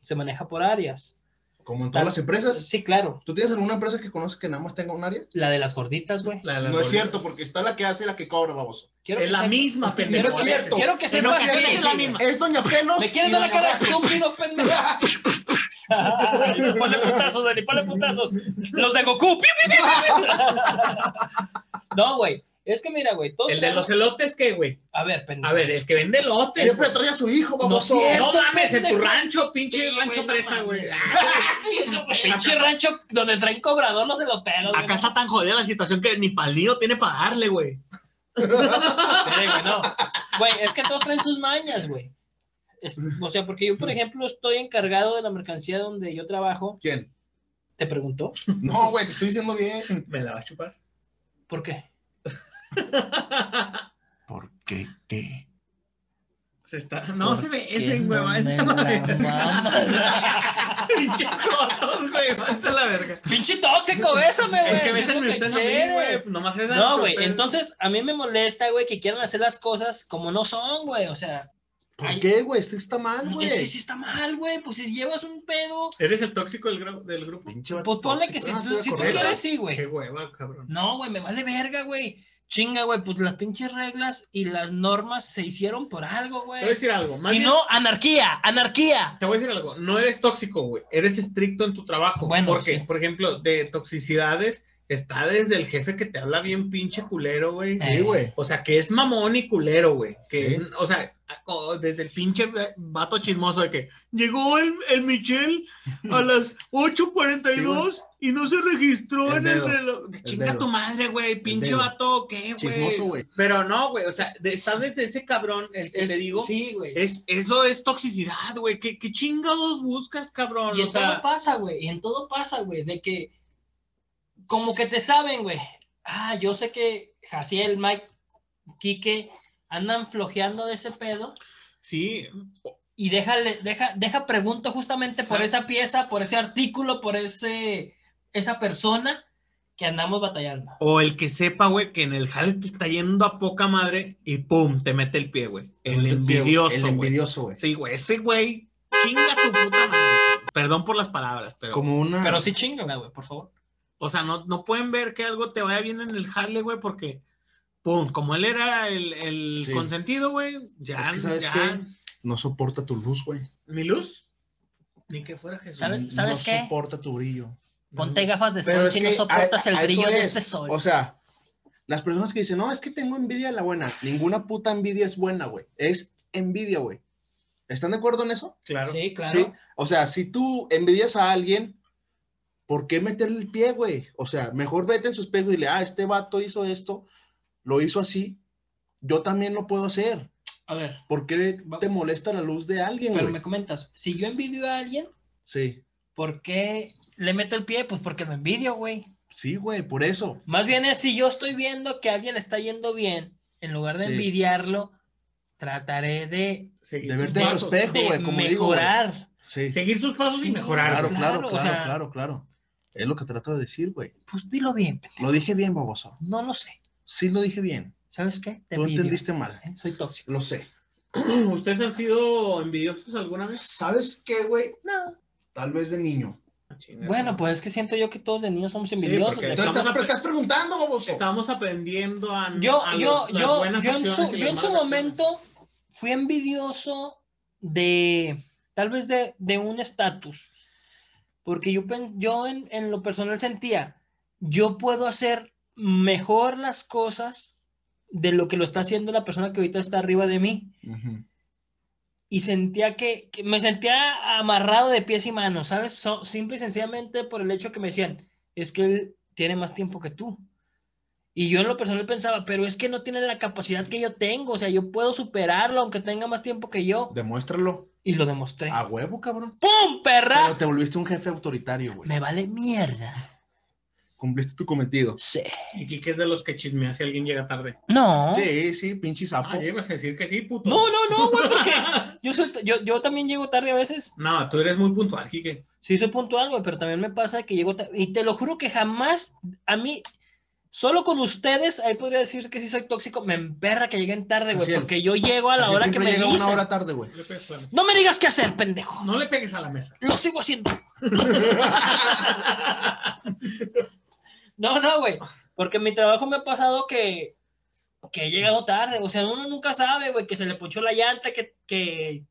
Speaker 3: se maneja por áreas.
Speaker 1: Como en todas las empresas.
Speaker 3: Sí, claro.
Speaker 1: ¿Tú tienes alguna empresa que conoces que nada más tenga un área?
Speaker 3: La de las gorditas, güey.
Speaker 2: La de las
Speaker 1: No es
Speaker 2: bolitas.
Speaker 1: cierto, porque está la que hace y la que cobra, baboso.
Speaker 3: Quiero
Speaker 2: es
Speaker 3: que
Speaker 2: la
Speaker 3: sepa-
Speaker 2: misma,
Speaker 1: No
Speaker 2: pendejo.
Speaker 1: es cierto.
Speaker 3: Quiero que
Speaker 2: En
Speaker 3: sepas que
Speaker 2: ocasiones
Speaker 3: sí,
Speaker 2: es la
Speaker 3: sí.
Speaker 2: misma.
Speaker 1: Es Doña Pelos.
Speaker 3: ¿Me quieres
Speaker 1: y
Speaker 3: dar la
Speaker 1: Doña
Speaker 3: cara
Speaker 1: Baboso.
Speaker 3: estúpido, pendejo? Ay, ponle putazos, Dani, ponle putazos. Los de Goku. ¡Piu, piu, piu, piu! No, güey. Es que mira, güey. todos
Speaker 2: El de los
Speaker 3: tenemos-
Speaker 2: elotes, ¿qué, güey?
Speaker 3: A ver, pendejo.
Speaker 2: A ver, el que vende elotes.
Speaker 1: Siempre trae a su hijo, baboso.
Speaker 3: No es
Speaker 2: No
Speaker 3: cierto,
Speaker 2: mames, en tu
Speaker 3: pendejo.
Speaker 2: rancho, pinche
Speaker 3: Sí,
Speaker 2: rancho
Speaker 3: güey, no
Speaker 2: presa, güey. Ah,
Speaker 3: mames. Pinche rancho donde traen cobrador los eloteros.
Speaker 2: Acá
Speaker 3: güey.
Speaker 2: está tan jodida la situación que ni palío tiene para darle, güey.
Speaker 3: Sí, güey, no. Güey, es que todos traen sus mañas, güey. Es- o sea, porque yo, por ejemplo, estoy encargado de la mercancía donde yo trabajo.
Speaker 1: ¿Quién?
Speaker 3: ¿Te preguntó?
Speaker 1: No, güey, te estoy diciendo bien.
Speaker 2: Me la va a chupar.
Speaker 3: ¿Por qué?
Speaker 1: ¿Por qué qué?
Speaker 2: Se está... No
Speaker 3: ¿Por
Speaker 2: se ve
Speaker 3: qué
Speaker 2: ese, güey.
Speaker 3: no
Speaker 2: váyanse a
Speaker 3: me
Speaker 2: la
Speaker 3: la
Speaker 2: verga.
Speaker 3: mamas?
Speaker 2: Pinches cortos, güey. Váyanse a la verga.
Speaker 3: Pinche tóxico, bésame, güey.
Speaker 2: Es que
Speaker 3: si es lo
Speaker 2: besen
Speaker 3: que
Speaker 2: ustedes a
Speaker 3: quiere.
Speaker 2: mí, güey. Nomás besan
Speaker 3: No,
Speaker 2: otro
Speaker 3: güey,
Speaker 2: pedo.
Speaker 3: entonces a mí me molesta, güey, que quieran hacer las cosas como no son, güey. O sea,
Speaker 1: ¿Por
Speaker 3: Ay.
Speaker 1: qué, güey? Esto está mal, güey.
Speaker 3: es que si está mal, güey. Pues si llevas un pedo,
Speaker 2: ¿Eres el tóxico del, gru- del grupo?
Speaker 1: Pinche vato
Speaker 3: pues ponle que si,
Speaker 1: tóxico. Ah,
Speaker 3: tú-
Speaker 1: estoy
Speaker 3: si tú
Speaker 1: correcto.
Speaker 3: quieres, sí, güey.
Speaker 2: Qué hueva, cabrón.
Speaker 3: No, güey, me vale verga, güey. Chinga, güey, pues las pinches reglas y las normas se hicieron por algo,
Speaker 2: Te voy a
Speaker 3: güey.
Speaker 2: decir algo. Más
Speaker 3: Si
Speaker 2: bien,
Speaker 3: no, anarquía, anarquía.
Speaker 2: te voy a decir algo. No eres tóxico, güey. Eres estricto en tu trabajo.
Speaker 3: Bueno,
Speaker 2: Porque,
Speaker 3: sí.
Speaker 2: por ejemplo, de toxicidades está desde el jefe que te habla bien pinche culero, güey.
Speaker 3: Eh.
Speaker 1: Sí, güey.
Speaker 2: O sea, que es mamón y culero, güey. Que,
Speaker 1: Sí.
Speaker 2: o sea, o desde el pinche vato chismoso de que llegó el, el Michel a las 8.42 y no se registró
Speaker 1: El
Speaker 2: en el
Speaker 1: dedo.
Speaker 2: reloj. Chinga
Speaker 1: dedo.
Speaker 2: tu madre, güey. Pinche
Speaker 1: dedo.
Speaker 2: vato, ¿qué,
Speaker 1: Chismoso,
Speaker 2: güey?
Speaker 1: güey.
Speaker 2: Pero no, güey. O sea, de- está desde ese cabrón el que
Speaker 3: Es-
Speaker 2: te digo.
Speaker 3: Sí, güey.
Speaker 2: Es, eso es toxicidad, güey. ¿Qué, ¿Qué chingados buscas, cabrón?
Speaker 3: Y
Speaker 2: O
Speaker 3: en
Speaker 2: sea,
Speaker 3: todo pasa, güey. Y en todo pasa, güey. De que, como que te saben, güey. Ah, yo sé que Jaciel, Mike, Quique andan flojeando de ese pedo.
Speaker 2: sí.
Speaker 3: Y déjale, deja, deja pregunto justamente por
Speaker 2: Exacto.
Speaker 3: esa pieza, por ese artículo, por ese, esa persona que andamos batallando.
Speaker 2: O el que sepa, güey, que en el jale te está yendo a poca madre y pum, te mete el pie, güey. El
Speaker 1: El
Speaker 2: envidioso, güey.
Speaker 1: envidioso, güey.
Speaker 2: Sí, güey, ese güey. Chinga tu puta madre. Perdón por las palabras, pero.
Speaker 1: Como una.
Speaker 3: Pero sí chingala, güey, por favor.
Speaker 2: O sea, no, no pueden ver que algo te vaya bien en el jale, güey, porque. Pum, como él era el, el
Speaker 1: Sí.
Speaker 2: consentido, güey, ya.
Speaker 1: Es que, ¿sabes
Speaker 2: ya.
Speaker 1: qué? No soporta tu luz, güey.
Speaker 2: ¿Mi luz? Ni que fuera Jesús.
Speaker 3: ¿Sabes-
Speaker 1: No
Speaker 3: sabes qué?
Speaker 1: soporta tu brillo.
Speaker 3: Ponte gafas de
Speaker 1: Pero
Speaker 3: sol
Speaker 1: es
Speaker 3: si no
Speaker 1: que
Speaker 3: soportas
Speaker 1: a-
Speaker 3: el
Speaker 1: a
Speaker 3: brillo
Speaker 1: eso
Speaker 3: de
Speaker 1: es.
Speaker 3: este sol.
Speaker 1: O sea, las personas que dicen, no, es que tengo envidia de la buena. Ninguna puta envidia es buena, güey. Es envidia, güey. ¿Están de acuerdo en eso?
Speaker 2: Claro.
Speaker 3: Sí, claro.
Speaker 1: Sí. O sea, si tú envidias a alguien, ¿por qué meterle el pie, güey? O sea, mejor vete en sus pegos y dile, ah, este vato hizo esto, lo hizo así. Yo también lo puedo hacer.
Speaker 3: A ver,
Speaker 1: ¿Por qué te molesta la luz de alguien,
Speaker 3: pero
Speaker 1: güey?
Speaker 3: me comentas, si yo envidio a alguien,
Speaker 1: Sí,
Speaker 3: ¿Por qué le meto el pie? Pues porque lo envidio, güey.
Speaker 1: sí, güey, por eso.
Speaker 3: Más bien es si yo estoy viendo que a alguien le está yendo bien, en lugar de
Speaker 1: Sí.
Speaker 3: envidiarlo, trataré de,
Speaker 2: Seguir
Speaker 1: De
Speaker 2: sus
Speaker 1: verte en el
Speaker 2: pasos.
Speaker 1: espejo,
Speaker 3: de
Speaker 1: güey, como digo. güey.
Speaker 3: mejorar.
Speaker 1: Sí,
Speaker 2: Seguir sus pasos
Speaker 3: Sí,
Speaker 2: y mejorar.
Speaker 1: Claro,
Speaker 2: güey.
Speaker 1: claro,
Speaker 3: claro, o
Speaker 1: claro,
Speaker 3: sea-
Speaker 1: claro, claro. Es lo que trato de decir, güey.
Speaker 3: pues dilo bien, pendejo.
Speaker 1: Lo dije bien, baboso.
Speaker 3: no lo sé.
Speaker 1: Sí lo dije bien.
Speaker 3: ¿Sabes qué? Te
Speaker 1: Tú
Speaker 3: envidio.
Speaker 1: entendiste mal.
Speaker 3: ¿eh? Soy tóxico.
Speaker 1: Lo sé.
Speaker 2: ¿Ustedes han sido envidiosos alguna vez?
Speaker 1: ¿Sabes qué, güey?
Speaker 3: No.
Speaker 1: Tal vez de niño.
Speaker 3: Bueno, pues es que siento yo que todos de niños somos
Speaker 2: porque
Speaker 3: envidiosos.
Speaker 2: entonces
Speaker 1: Entonces estás,
Speaker 3: dejamos-
Speaker 2: Estamos
Speaker 1: estás preguntando, baboso.
Speaker 2: Estamos aprendiendo a.
Speaker 3: Yo,
Speaker 2: a
Speaker 3: yo,
Speaker 2: los- las
Speaker 3: yo,
Speaker 2: buenas
Speaker 3: yo en
Speaker 2: acciones
Speaker 3: su,
Speaker 2: y
Speaker 3: yo
Speaker 2: las
Speaker 3: en su
Speaker 2: malas acciones.
Speaker 3: momento fui envidioso de, tal vez de, de un estatus, porque yo, pen- yo en, en lo personal sentía, yo puedo hacer mejor las cosas de lo que lo está haciendo la persona que ahorita está arriba de mí.
Speaker 1: Ujú.
Speaker 3: Y sentía que, que me sentía amarrado de pies y manos, ¿sabes? So- simple y sencillamente por el hecho que me decían, es que él tiene más tiempo que tú. Y yo en lo personal pensaba, pero es que no tiene la capacidad que yo tengo, o sea, yo puedo superarlo aunque tenga más tiempo que yo.
Speaker 1: Demuéstralo.
Speaker 3: Y lo demostré.
Speaker 1: A huevo, cabrón.
Speaker 3: ¡Pum, perra!
Speaker 1: Pero te volviste un jefe autoritario, güey.
Speaker 3: Me vale mierda.
Speaker 1: Cumpliste tu cometido.
Speaker 4: Sí.
Speaker 2: Y Kike es de los que chismea si alguien llega tarde.
Speaker 4: No.
Speaker 1: Sí, sí, pinche sapo.
Speaker 2: Ah, ya ibas a decir que sí, puto.
Speaker 3: No, no, no, güey, porque yo, soy- yo, yo también llego tarde a veces.
Speaker 2: No, tú eres muy puntual, Kike.
Speaker 3: Sí, soy puntual, güey, pero también me pasa que llego tarde. Y te lo juro que jamás, a mí, solo con ustedes, ahí podría decir que sí soy tóxico. Me emperra que lleguen tarde, güey,
Speaker 1: Así es.
Speaker 3: porque yo llego a la
Speaker 1: Así
Speaker 3: hora que
Speaker 1: siempre
Speaker 3: me
Speaker 1: llega
Speaker 3: dicen.
Speaker 1: una hora tarde, güey.
Speaker 2: Le pegues a la mesa.
Speaker 3: No me digas qué hacer, pendejo.
Speaker 2: No le pegues a la mesa.
Speaker 3: Lo sigo haciendo. No, no, güey. Porque en mi trabajo me ha pasado que, que he llegado tarde. O sea, uno nunca sabe, güey, que se le ponchó la llanta, que, que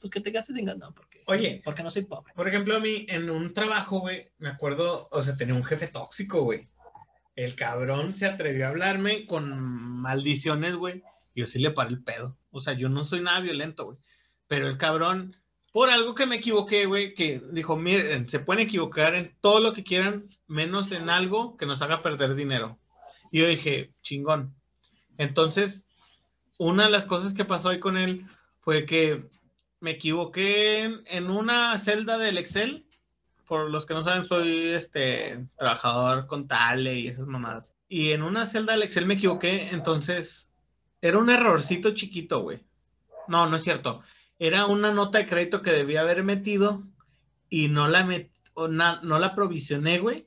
Speaker 3: pues que te gastes sin ganar, porque,
Speaker 2: Oye,
Speaker 3: porque no soy pobre.
Speaker 2: por ejemplo, a mí en un trabajo, güey, me acuerdo, o sea, tenía un jefe tóxico, güey. El cabrón se atrevió a hablarme con maldiciones, güey. Yo sí le paré el pedo. O sea, yo no soy nada violento, güey. Pero el cabrón, por algo que me equivoqué, güey, que dijo, miren, se pueden equivocar en todo lo que quieran, menos en algo que nos haga perder dinero. Y yo dije, chingón. Entonces, una de las cosas que pasó hoy con él fue que me equivoqué en- en una celda del Excel. Por los que no saben, soy este trabajador contable y esas mamadas. Y en una celda del Excel me equivoqué, entonces era un errorcito chiquito, güey. No, no es cierto. Era una nota de crédito que debía haber metido y no la met- o na- no la provisioné, güey.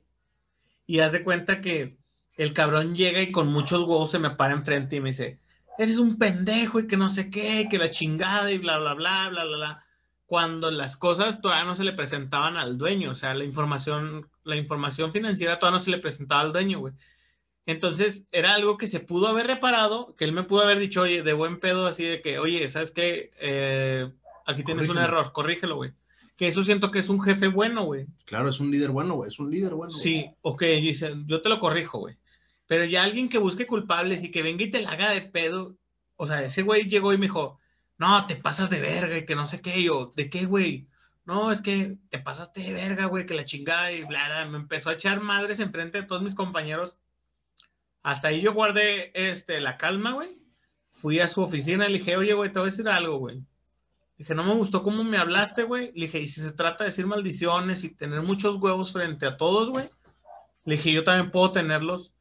Speaker 2: Y haz de cuenta que el cabrón llega y con muchos huevos se me para enfrente y me dice, ese es un pendejo y que no sé qué, que la chingada y bla, bla, bla, bla, bla, bla. Cuando las cosas todavía no se le presentaban al dueño, o sea, la información, la información financiera todavía no se le presentaba al dueño, güey. Entonces, era algo que se pudo haber reparado, que él me pudo haber dicho, oye, de buen pedo, así de que, oye, ¿sabes qué? Eh, aquí tienes un
Speaker 1: Corrígelo.
Speaker 2: error, corrígelo, güey. Que eso siento que es un jefe bueno, güey.
Speaker 1: Claro, es un líder bueno, güey. Es un líder bueno. güey.
Speaker 2: Sí, ok, dice, yo te lo corrijo, güey. Pero ya alguien que busque culpables y que venga y te la haga de pedo, o sea, ese güey llegó y me dijo, no, te pasas de verga y que no sé qué, y yo, ¿de qué, güey? No, es que te pasaste de verga, güey, que la chingada y bla, bla, me empezó a echar madres enfrente de todos mis compañeros. Hasta ahí yo guardé este, la calma, güey. Fui a su oficina y le dije, oye, güey, te voy a decir algo, güey. Dije, no me gustó cómo me hablaste, güey. Le dije, y si se trata de decir maldiciones y tener muchos huevos frente a todos, güey. Le dije, yo también puedo tenerlos.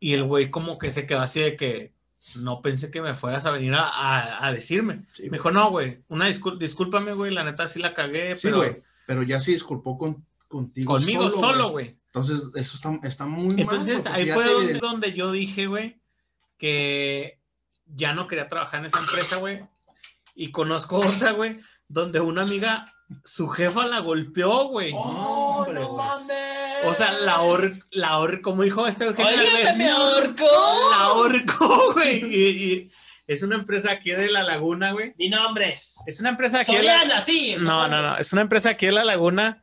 Speaker 2: Y el güey como que se quedó así de que no pensé que me fueras a venir a, a- a decirme.
Speaker 1: Sí,
Speaker 2: me
Speaker 1: güey.
Speaker 2: dijo, no, güey, una discul- discúlpame, güey, la neta sí la cagué,
Speaker 1: Sí,
Speaker 2: pero
Speaker 1: güey. Pero ya se disculpó con, contigo.
Speaker 2: conmigo solo, güey.
Speaker 1: Entonces, eso está, está muy mal.
Speaker 2: Entonces
Speaker 1: porque
Speaker 2: ahí
Speaker 1: ya
Speaker 2: fue
Speaker 1: te
Speaker 2: donde,
Speaker 1: eviden-
Speaker 2: donde yo dije, güey, que ya no quería trabajar en esa empresa, güey. Y conozco otra, güey, donde una amiga, su jefa la golpeó, güey.
Speaker 1: ¡Oh, hombre, güey!
Speaker 3: mames!
Speaker 2: O sea, la or, la or, como dijo este Eugenio
Speaker 3: ¡Oye,
Speaker 2: Derbez,
Speaker 3: me ahorcó!
Speaker 2: la ahorcó, güey. Y, y es una empresa aquí de La Laguna, güey.
Speaker 3: Mi nombre es
Speaker 2: Es una empresa aquí de La
Speaker 3: Soriana, sí.
Speaker 2: No, no, no. Es una empresa aquí en La Laguna.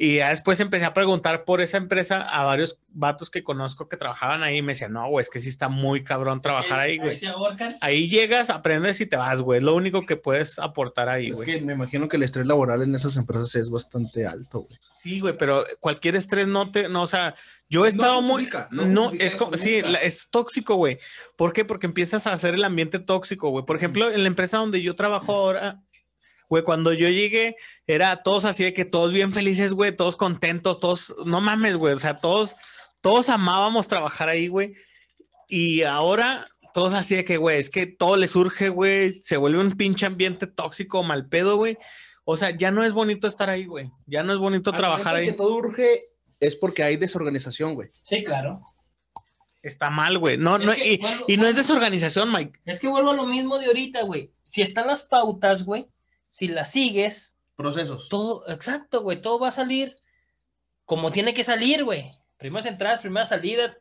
Speaker 2: Y ya después empecé a preguntar por esa empresa a varios vatos que conozco que trabajaban ahí. Y me decían, no, güey, es que sí está muy cabrón trabajar ahí, güey.
Speaker 3: se ahorcan.
Speaker 2: Ahí llegas, aprendes y te vas, güey. Es lo único que puedes aportar ahí,
Speaker 1: Es
Speaker 2: güey.
Speaker 1: que me imagino que el estrés laboral en esas empresas es bastante alto, güey.
Speaker 2: Sí, güey, pero cualquier estrés no te, no, o sea, yo he
Speaker 1: No
Speaker 2: estado muy,
Speaker 1: justifica,
Speaker 2: no,
Speaker 1: no justifica
Speaker 2: es,
Speaker 1: eso
Speaker 2: co- sí,
Speaker 1: nunca.
Speaker 2: la- es tóxico, güey. ¿Por qué? Porque empiezas a hacer el ambiente tóxico, güey. Por ejemplo, en la empresa donde yo trabajo ahora, güey, cuando yo llegué, era todos así de que todos bien felices, güey, todos contentos, todos, no mames, güey, o sea, todos, todos amábamos trabajar ahí, güey. Y ahora todos así de que, güey, es que todo les surge, güey, se vuelve un pinche ambiente tóxico, mal pedo, güey. O sea, ya no es bonito estar ahí, güey. Ya no es bonito
Speaker 1: Al
Speaker 2: trabajar
Speaker 1: momento
Speaker 2: ahí.
Speaker 1: en que todo urge es porque hay desorganización, güey.
Speaker 3: Sí, claro.
Speaker 2: Está mal, güey. No,
Speaker 3: Es
Speaker 2: no,
Speaker 3: que
Speaker 2: y,
Speaker 3: vuelvo-
Speaker 2: y no es desorganización, Mike.
Speaker 3: Es que vuelvo a lo mismo de ahorita, güey. Si están las pautas, güey, si las sigues,
Speaker 1: Procesos.
Speaker 3: todo, exacto, güey, todo va a salir como tiene que salir, güey. Primeras entradas, primeras salidas,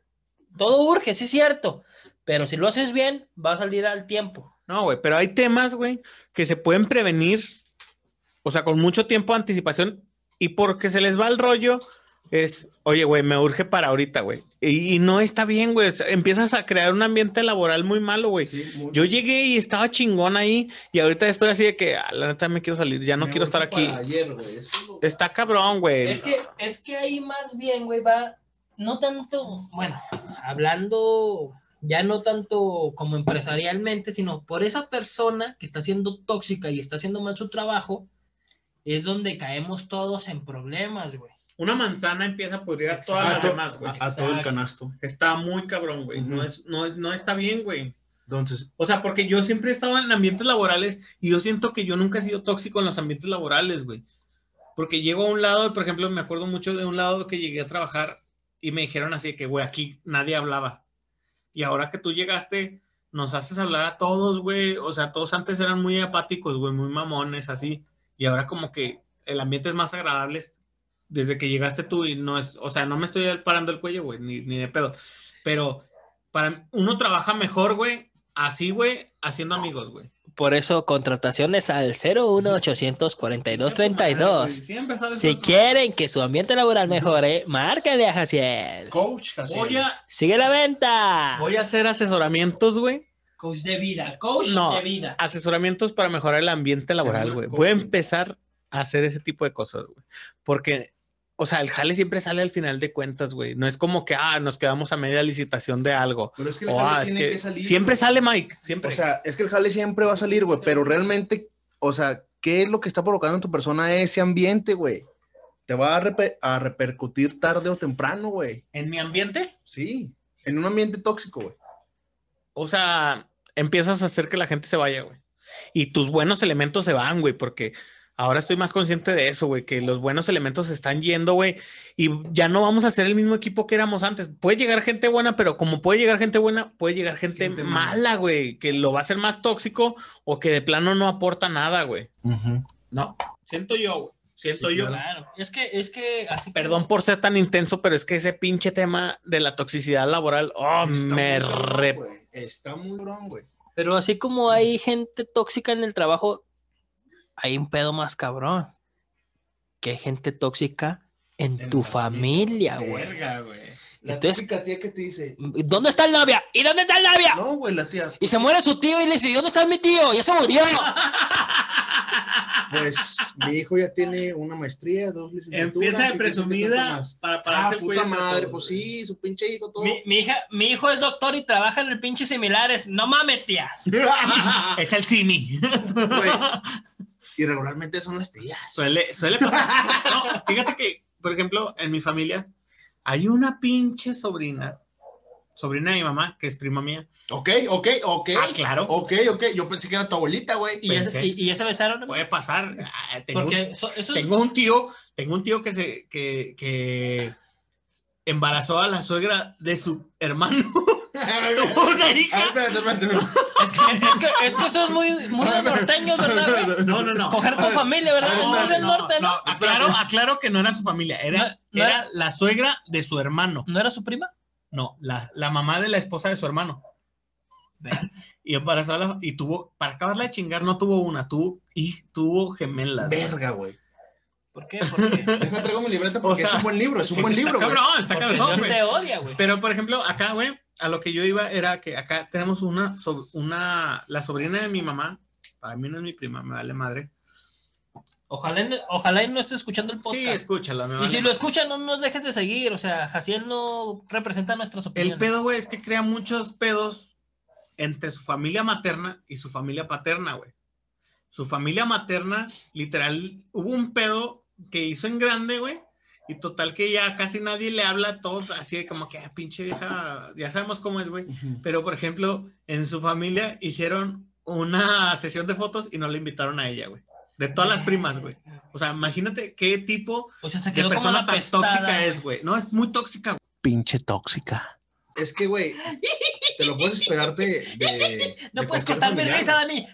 Speaker 3: todo urge, sí es cierto. Pero si lo haces bien, va a salir al tiempo.
Speaker 2: No, güey, pero hay temas, güey, que se pueden prevenir, o sea, con mucho tiempo de anticipación y porque se les va el rollo, es, oye, güey, me urge para ahorita, güey. Y, y no está bien, güey. o sea, Empiezas a crear un ambiente laboral muy malo, güey.
Speaker 1: Sí, muy-
Speaker 2: Yo llegué y estaba chingón ahí y ahorita estoy así de que, "Ah, la neta, me quiero salir, ya no
Speaker 1: me
Speaker 2: quiero estar
Speaker 1: urge
Speaker 2: aquí. Eh,
Speaker 1: para ayer, güey. Eso es lo-
Speaker 2: Está cabrón, güey.
Speaker 3: Es que, es que ahí más bien, güey, va, no tanto, bueno, hablando ya no tanto como empresarialmente, sino por esa persona que está siendo tóxica y está haciendo mal su trabajo, es donde caemos todos en problemas, güey.
Speaker 2: una manzana empieza a pudrir a todas
Speaker 1: a,
Speaker 2: las
Speaker 1: to-
Speaker 2: demás, güey.
Speaker 1: a- a todo el canasto.
Speaker 2: Está muy cabrón, güey. no,
Speaker 1: Ujú.
Speaker 2: es, no, es- no está bien, güey.
Speaker 1: Entonces,
Speaker 2: O sea, porque yo siempre he estado en ambientes laborales y yo siento que yo nunca he sido tóxico en los ambientes laborales, güey. Porque llego a un lado, por ejemplo, me acuerdo mucho de un lado que llegué a trabajar y me dijeron así de que, güey, aquí nadie hablaba. Y ahora que tú llegaste, nos haces hablar a todos, güey. O sea, todos antes eran muy apáticos, güey, muy mamones, así. Y ahora como que el ambiente es más agradable desde que llegaste tú y no es, o sea, no me estoy parando el cuello, güey, ni, ni de pedo. Pero para uno trabaja mejor, güey, así, güey, haciendo amigos, güey.
Speaker 4: Por eso, contrataciones al 0184232.
Speaker 2: Siempre sale
Speaker 4: Si
Speaker 2: con-
Speaker 4: quieren que su ambiente laboral mejore, márcale a Jaciel.
Speaker 1: coach, casi.
Speaker 2: Voy a,
Speaker 4: Sigue la venta.
Speaker 2: voy a hacer asesoramientos, güey.
Speaker 3: Coach de vida, coach
Speaker 2: No.
Speaker 3: de vida.
Speaker 2: Asesoramientos para mejorar el ambiente laboral,
Speaker 1: llama
Speaker 2: güey.
Speaker 1: coaching.
Speaker 2: Voy a empezar a hacer ese tipo de cosas, güey. Porque, o sea, el jale siempre sale al final de cuentas, güey. No es como que, ah, nos quedamos a media licitación de algo.
Speaker 1: Pero es que
Speaker 2: O,
Speaker 1: la gente
Speaker 2: ah, es
Speaker 1: tiene
Speaker 2: que
Speaker 1: que, salir.
Speaker 2: siempre
Speaker 1: güey.
Speaker 2: sale Mike, siempre.
Speaker 1: O sea, es que el jale siempre va a salir, güey, pero realmente, o sea, ¿qué es lo que está provocando en tu persona ese ambiente, güey? Te va a, reper- a repercutir tarde o temprano, güey.
Speaker 2: en mi ambiente,
Speaker 1: Sí, en un ambiente tóxico, güey.
Speaker 2: O sea, empiezas a hacer que la gente se vaya, güey. Y tus buenos elementos se van, güey, porque ahora estoy más consciente de eso, güey, que los buenos elementos se están yendo, güey, y ya no vamos a ser el mismo equipo que éramos antes. Puede llegar gente buena, pero como puede llegar gente buena, puede llegar gente,
Speaker 1: Gente mala.
Speaker 2: mala, güey, que lo va a hacer más tóxico o que de plano no aporta nada, güey. No, siento yo, güey. Siento
Speaker 1: Sí,
Speaker 2: yo.
Speaker 1: claro.
Speaker 3: Claro, es que, es que así.
Speaker 2: Perdón por ser tan intenso, pero es que ese pinche tema de la toxicidad laboral, oh,
Speaker 1: Está muy
Speaker 2: me
Speaker 1: cabrón,
Speaker 2: re
Speaker 1: güey. Está muy cabrón, güey.
Speaker 4: Pero así como hay gente tóxica en el trabajo, hay un pedo más cabrón. Que hay gente tóxica en
Speaker 1: En
Speaker 4: tu
Speaker 1: la familia.
Speaker 4: familia, güey.
Speaker 2: verga, güey.
Speaker 1: La
Speaker 4: Entonces-
Speaker 1: típica tía que te dice,
Speaker 4: ¿Dónde está el novia? ¿Y dónde está el novia?
Speaker 1: no, güey, la tía,
Speaker 4: Y se muere su tío y le dice, "¿Y ¿dónde está mi tío? Ya se murió.
Speaker 1: pues mi hijo ya tiene una maestría, dos licenciaturas.
Speaker 2: Empieza
Speaker 1: y
Speaker 2: de
Speaker 1: que sé qué tanto
Speaker 2: presumida
Speaker 1: más".
Speaker 2: para
Speaker 1: Ah,
Speaker 2: pararse el cuello
Speaker 1: puta
Speaker 2: a
Speaker 1: madre,
Speaker 2: todos,
Speaker 1: pues
Speaker 2: güey.
Speaker 1: sí, su pinche hijo, todo.
Speaker 3: Mi, mi hija, mi hijo es doctor y trabaja en el pinche similares. No mames, tía.
Speaker 2: Es el simi.
Speaker 1: Güey. Y regularmente son las tías.
Speaker 2: Suele, suele pasar. No, fíjate que, por ejemplo, en mi familia hay una pinche sobrina, sobrina de mi mamá, que es prima mía.
Speaker 1: Ok, ok, ok.
Speaker 2: Ah, claro.
Speaker 1: Ok, ok. Yo pensé que era tu abuelita, güey.
Speaker 3: Y ya, se-
Speaker 2: Pensé.
Speaker 3: y, y ya se besaron.
Speaker 2: Puede pasar. Ah, Tengo, un-
Speaker 3: Porque eso, eso-
Speaker 2: tengo un tío, tengo un tío que se, que, que embarazó a la suegra de su hermano.
Speaker 1: A ver,
Speaker 2: Tuvo una hija.
Speaker 1: espérate, espérate, espérate.
Speaker 3: es, que, es que- es que eso es muy, muy del norteño, ¿verdad? güey?
Speaker 2: No, no, no.
Speaker 3: Coger
Speaker 1: A
Speaker 3: con
Speaker 1: ver,
Speaker 3: familia, ¿verdad?
Speaker 1: a ver,
Speaker 3: es muy
Speaker 1: espérate,
Speaker 3: del norte, ¿no?
Speaker 2: no, aclaro, aclaro que no era su familia, era,
Speaker 3: No, no
Speaker 2: era la suegra de su hermano.
Speaker 3: ¿No era su prima?
Speaker 2: No, la, la mamá de la esposa de su hermano. Y embarazó a la- y tuvo, para acabarla de chingar, no tuvo una, tuvo, y tuvo gemelas.
Speaker 1: Verga, güey.
Speaker 3: ¿Por qué? Porque,
Speaker 1: Déjame traigo mi libreta porque
Speaker 2: O sea,
Speaker 1: es un buen libro, es un
Speaker 2: Sí,
Speaker 1: buen libro,
Speaker 2: Está
Speaker 1: güey.
Speaker 2: cabrón, está
Speaker 3: porque
Speaker 2: cabrón,
Speaker 3: Dios
Speaker 2: güey.
Speaker 3: te odia, güey.
Speaker 2: Pero, por ejemplo, acá, güey, a lo que yo iba era que acá tenemos una, so- una, la sobrina de mi mamá, para mí no es mi prima, me vale madre.
Speaker 3: Ojalá, y no- ojalá y no esté escuchando el
Speaker 2: Sí,
Speaker 3: podcast.
Speaker 2: escúchala, me
Speaker 3: y
Speaker 2: vale
Speaker 3: si
Speaker 2: madre.
Speaker 3: lo escuchan, no nos dejes de seguir. O sea, Jaciel no representa nuestras opiniones.
Speaker 2: El pedo, güey, es que crea muchos pedos entre su familia materna y su familia paterna, güey. Su familia materna, literal, hubo un pedo que hizo en grande, güey. Y total que ya casi nadie le habla todo así de como que, "Ah, pinche vieja, ya sabemos cómo es, güey.
Speaker 1: Ujú.
Speaker 2: Pero, por ejemplo, en su familia hicieron una sesión de fotos y no le invitaron a ella, güey. De todas las primas, güey. O sea, imagínate qué tipo
Speaker 3: O sea, se
Speaker 2: de
Speaker 3: quedó como
Speaker 2: persona
Speaker 3: la
Speaker 2: tan
Speaker 3: pestada.
Speaker 2: tóxica es, güey. No, es muy tóxica, güey.
Speaker 5: pinche tóxica.
Speaker 1: Es que, güey, te lo puedes esperarte de.
Speaker 3: No
Speaker 1: de
Speaker 3: puedes
Speaker 1: cualquier
Speaker 3: cortar mi
Speaker 1: familiar,
Speaker 3: risa,
Speaker 1: güey.
Speaker 3: Dani.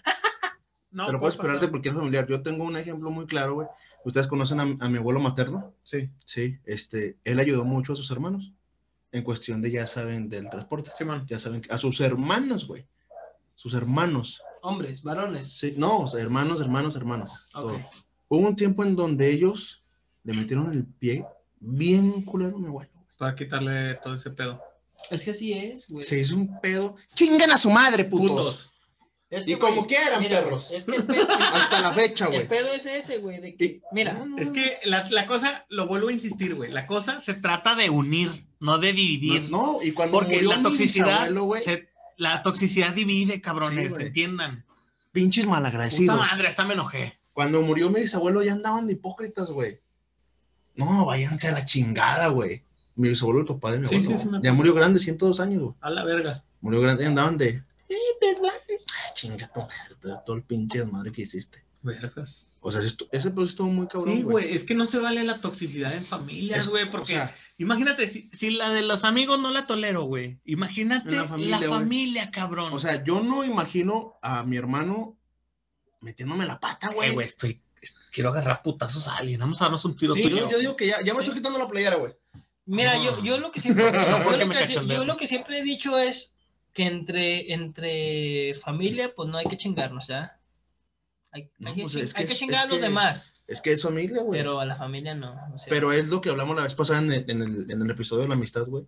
Speaker 2: No,
Speaker 1: Te lo
Speaker 2: puede
Speaker 1: puedes esperar de
Speaker 2: pasar.
Speaker 1: cualquier familiar. Yo tengo un ejemplo muy claro, güey. Ustedes conocen a, a mi abuelo materno.
Speaker 2: Sí.
Speaker 1: Sí. Este, él ayudó mucho a sus hermanos en cuestión de, ya saben, del transporte.
Speaker 2: Simón.
Speaker 1: Ya saben, que- a sus hermanos, güey. Sus hermanos.
Speaker 3: Hombres, varones.
Speaker 1: Sí, no, o sea, hermanos, hermanos, hermanos.
Speaker 3: Ok.
Speaker 1: todo. Hubo un tiempo en donde ellos le metieron el pie bien culero a mi abuelo. güey.
Speaker 2: Para quitarle todo ese pedo.
Speaker 3: Es que así es, güey.
Speaker 1: Se hizo un pedo. ¡Chingan a su madre, putos!
Speaker 3: Es
Speaker 1: Y
Speaker 3: que,
Speaker 1: como
Speaker 3: güey,
Speaker 1: quieran,
Speaker 3: mira,
Speaker 1: perros.
Speaker 3: Es que el pedo,
Speaker 1: Hasta la fecha,
Speaker 3: el
Speaker 1: güey.
Speaker 3: pedo es ese, güey. de que-
Speaker 1: Y-
Speaker 3: Mira,
Speaker 1: No,
Speaker 2: Es que la, la cosa, lo vuelvo a insistir, güey. La cosa se trata de unir, no de dividir.
Speaker 1: No, y cuando
Speaker 2: porque
Speaker 1: murió
Speaker 2: la
Speaker 1: mi
Speaker 2: toxicidad,
Speaker 1: bisabuelo, güey,
Speaker 2: se- la toxicidad divide, cabrones,
Speaker 1: Sí, güey.
Speaker 2: entiendan.
Speaker 5: Pinches
Speaker 2: Puta
Speaker 5: malagradecidos.
Speaker 2: madre, hasta me enojé.
Speaker 1: Cuando murió mi bisabuelo ya andaban de hipócritas, güey. No, váyanse a la chingada, güey. Mi abuelo, el papá de mi
Speaker 2: Sí,
Speaker 1: abuelo.
Speaker 2: sí, sí, me
Speaker 1: ya murió grande, 102 años, güey.
Speaker 2: A la verga.
Speaker 1: Murió grande y andaban de. Eh, ¿verdad? Ah, Chinga tu madre, todo, todo el pinche desmadre que hiciste.
Speaker 2: Vergas.
Speaker 1: O sea, sí estu- ese proceso estuvo muy cabrón.
Speaker 2: Sí, güey, es que no se vale la toxicidad en familias,
Speaker 1: Es-
Speaker 2: güey,
Speaker 1: O
Speaker 2: porque
Speaker 1: sea,
Speaker 2: imagínate, si, si la de los amigos no la tolero, güey, imagínate
Speaker 1: En la
Speaker 2: la
Speaker 1: familia,
Speaker 2: familia,
Speaker 1: güey.
Speaker 2: cabrón.
Speaker 1: o sea, yo no imagino a mi hermano metiéndome la pata,
Speaker 2: Eh,
Speaker 1: güey.
Speaker 2: güey, estoy, es- quiero agarrar putazos a alguien, vamos a darnos un tiro
Speaker 3: Sí,
Speaker 2: tú y
Speaker 1: Pues yo,
Speaker 2: yo.
Speaker 1: yo digo que ya, ya me estoy quitando la playera, güey.
Speaker 3: Mira,
Speaker 2: Ah.
Speaker 3: yo, yo lo que siempre, yo,
Speaker 2: porque
Speaker 3: lo
Speaker 2: me
Speaker 3: que, yo
Speaker 2: cachondeo.
Speaker 3: lo que siempre he dicho es que entre, entre familia, pues no hay que chingarnos, ¿ya? Hay,
Speaker 1: No,
Speaker 3: hay que,
Speaker 1: pues,
Speaker 3: chin-
Speaker 1: es que
Speaker 3: hay que
Speaker 1: es-
Speaker 3: chingar
Speaker 1: es
Speaker 3: a los
Speaker 1: que-
Speaker 3: demás,
Speaker 1: Es que es familia, güey. Pero,
Speaker 3: pero a la familia no. o sea,
Speaker 1: es lo que hablamos la vez pasada en el, en el- en el episodio de la amistad, güey.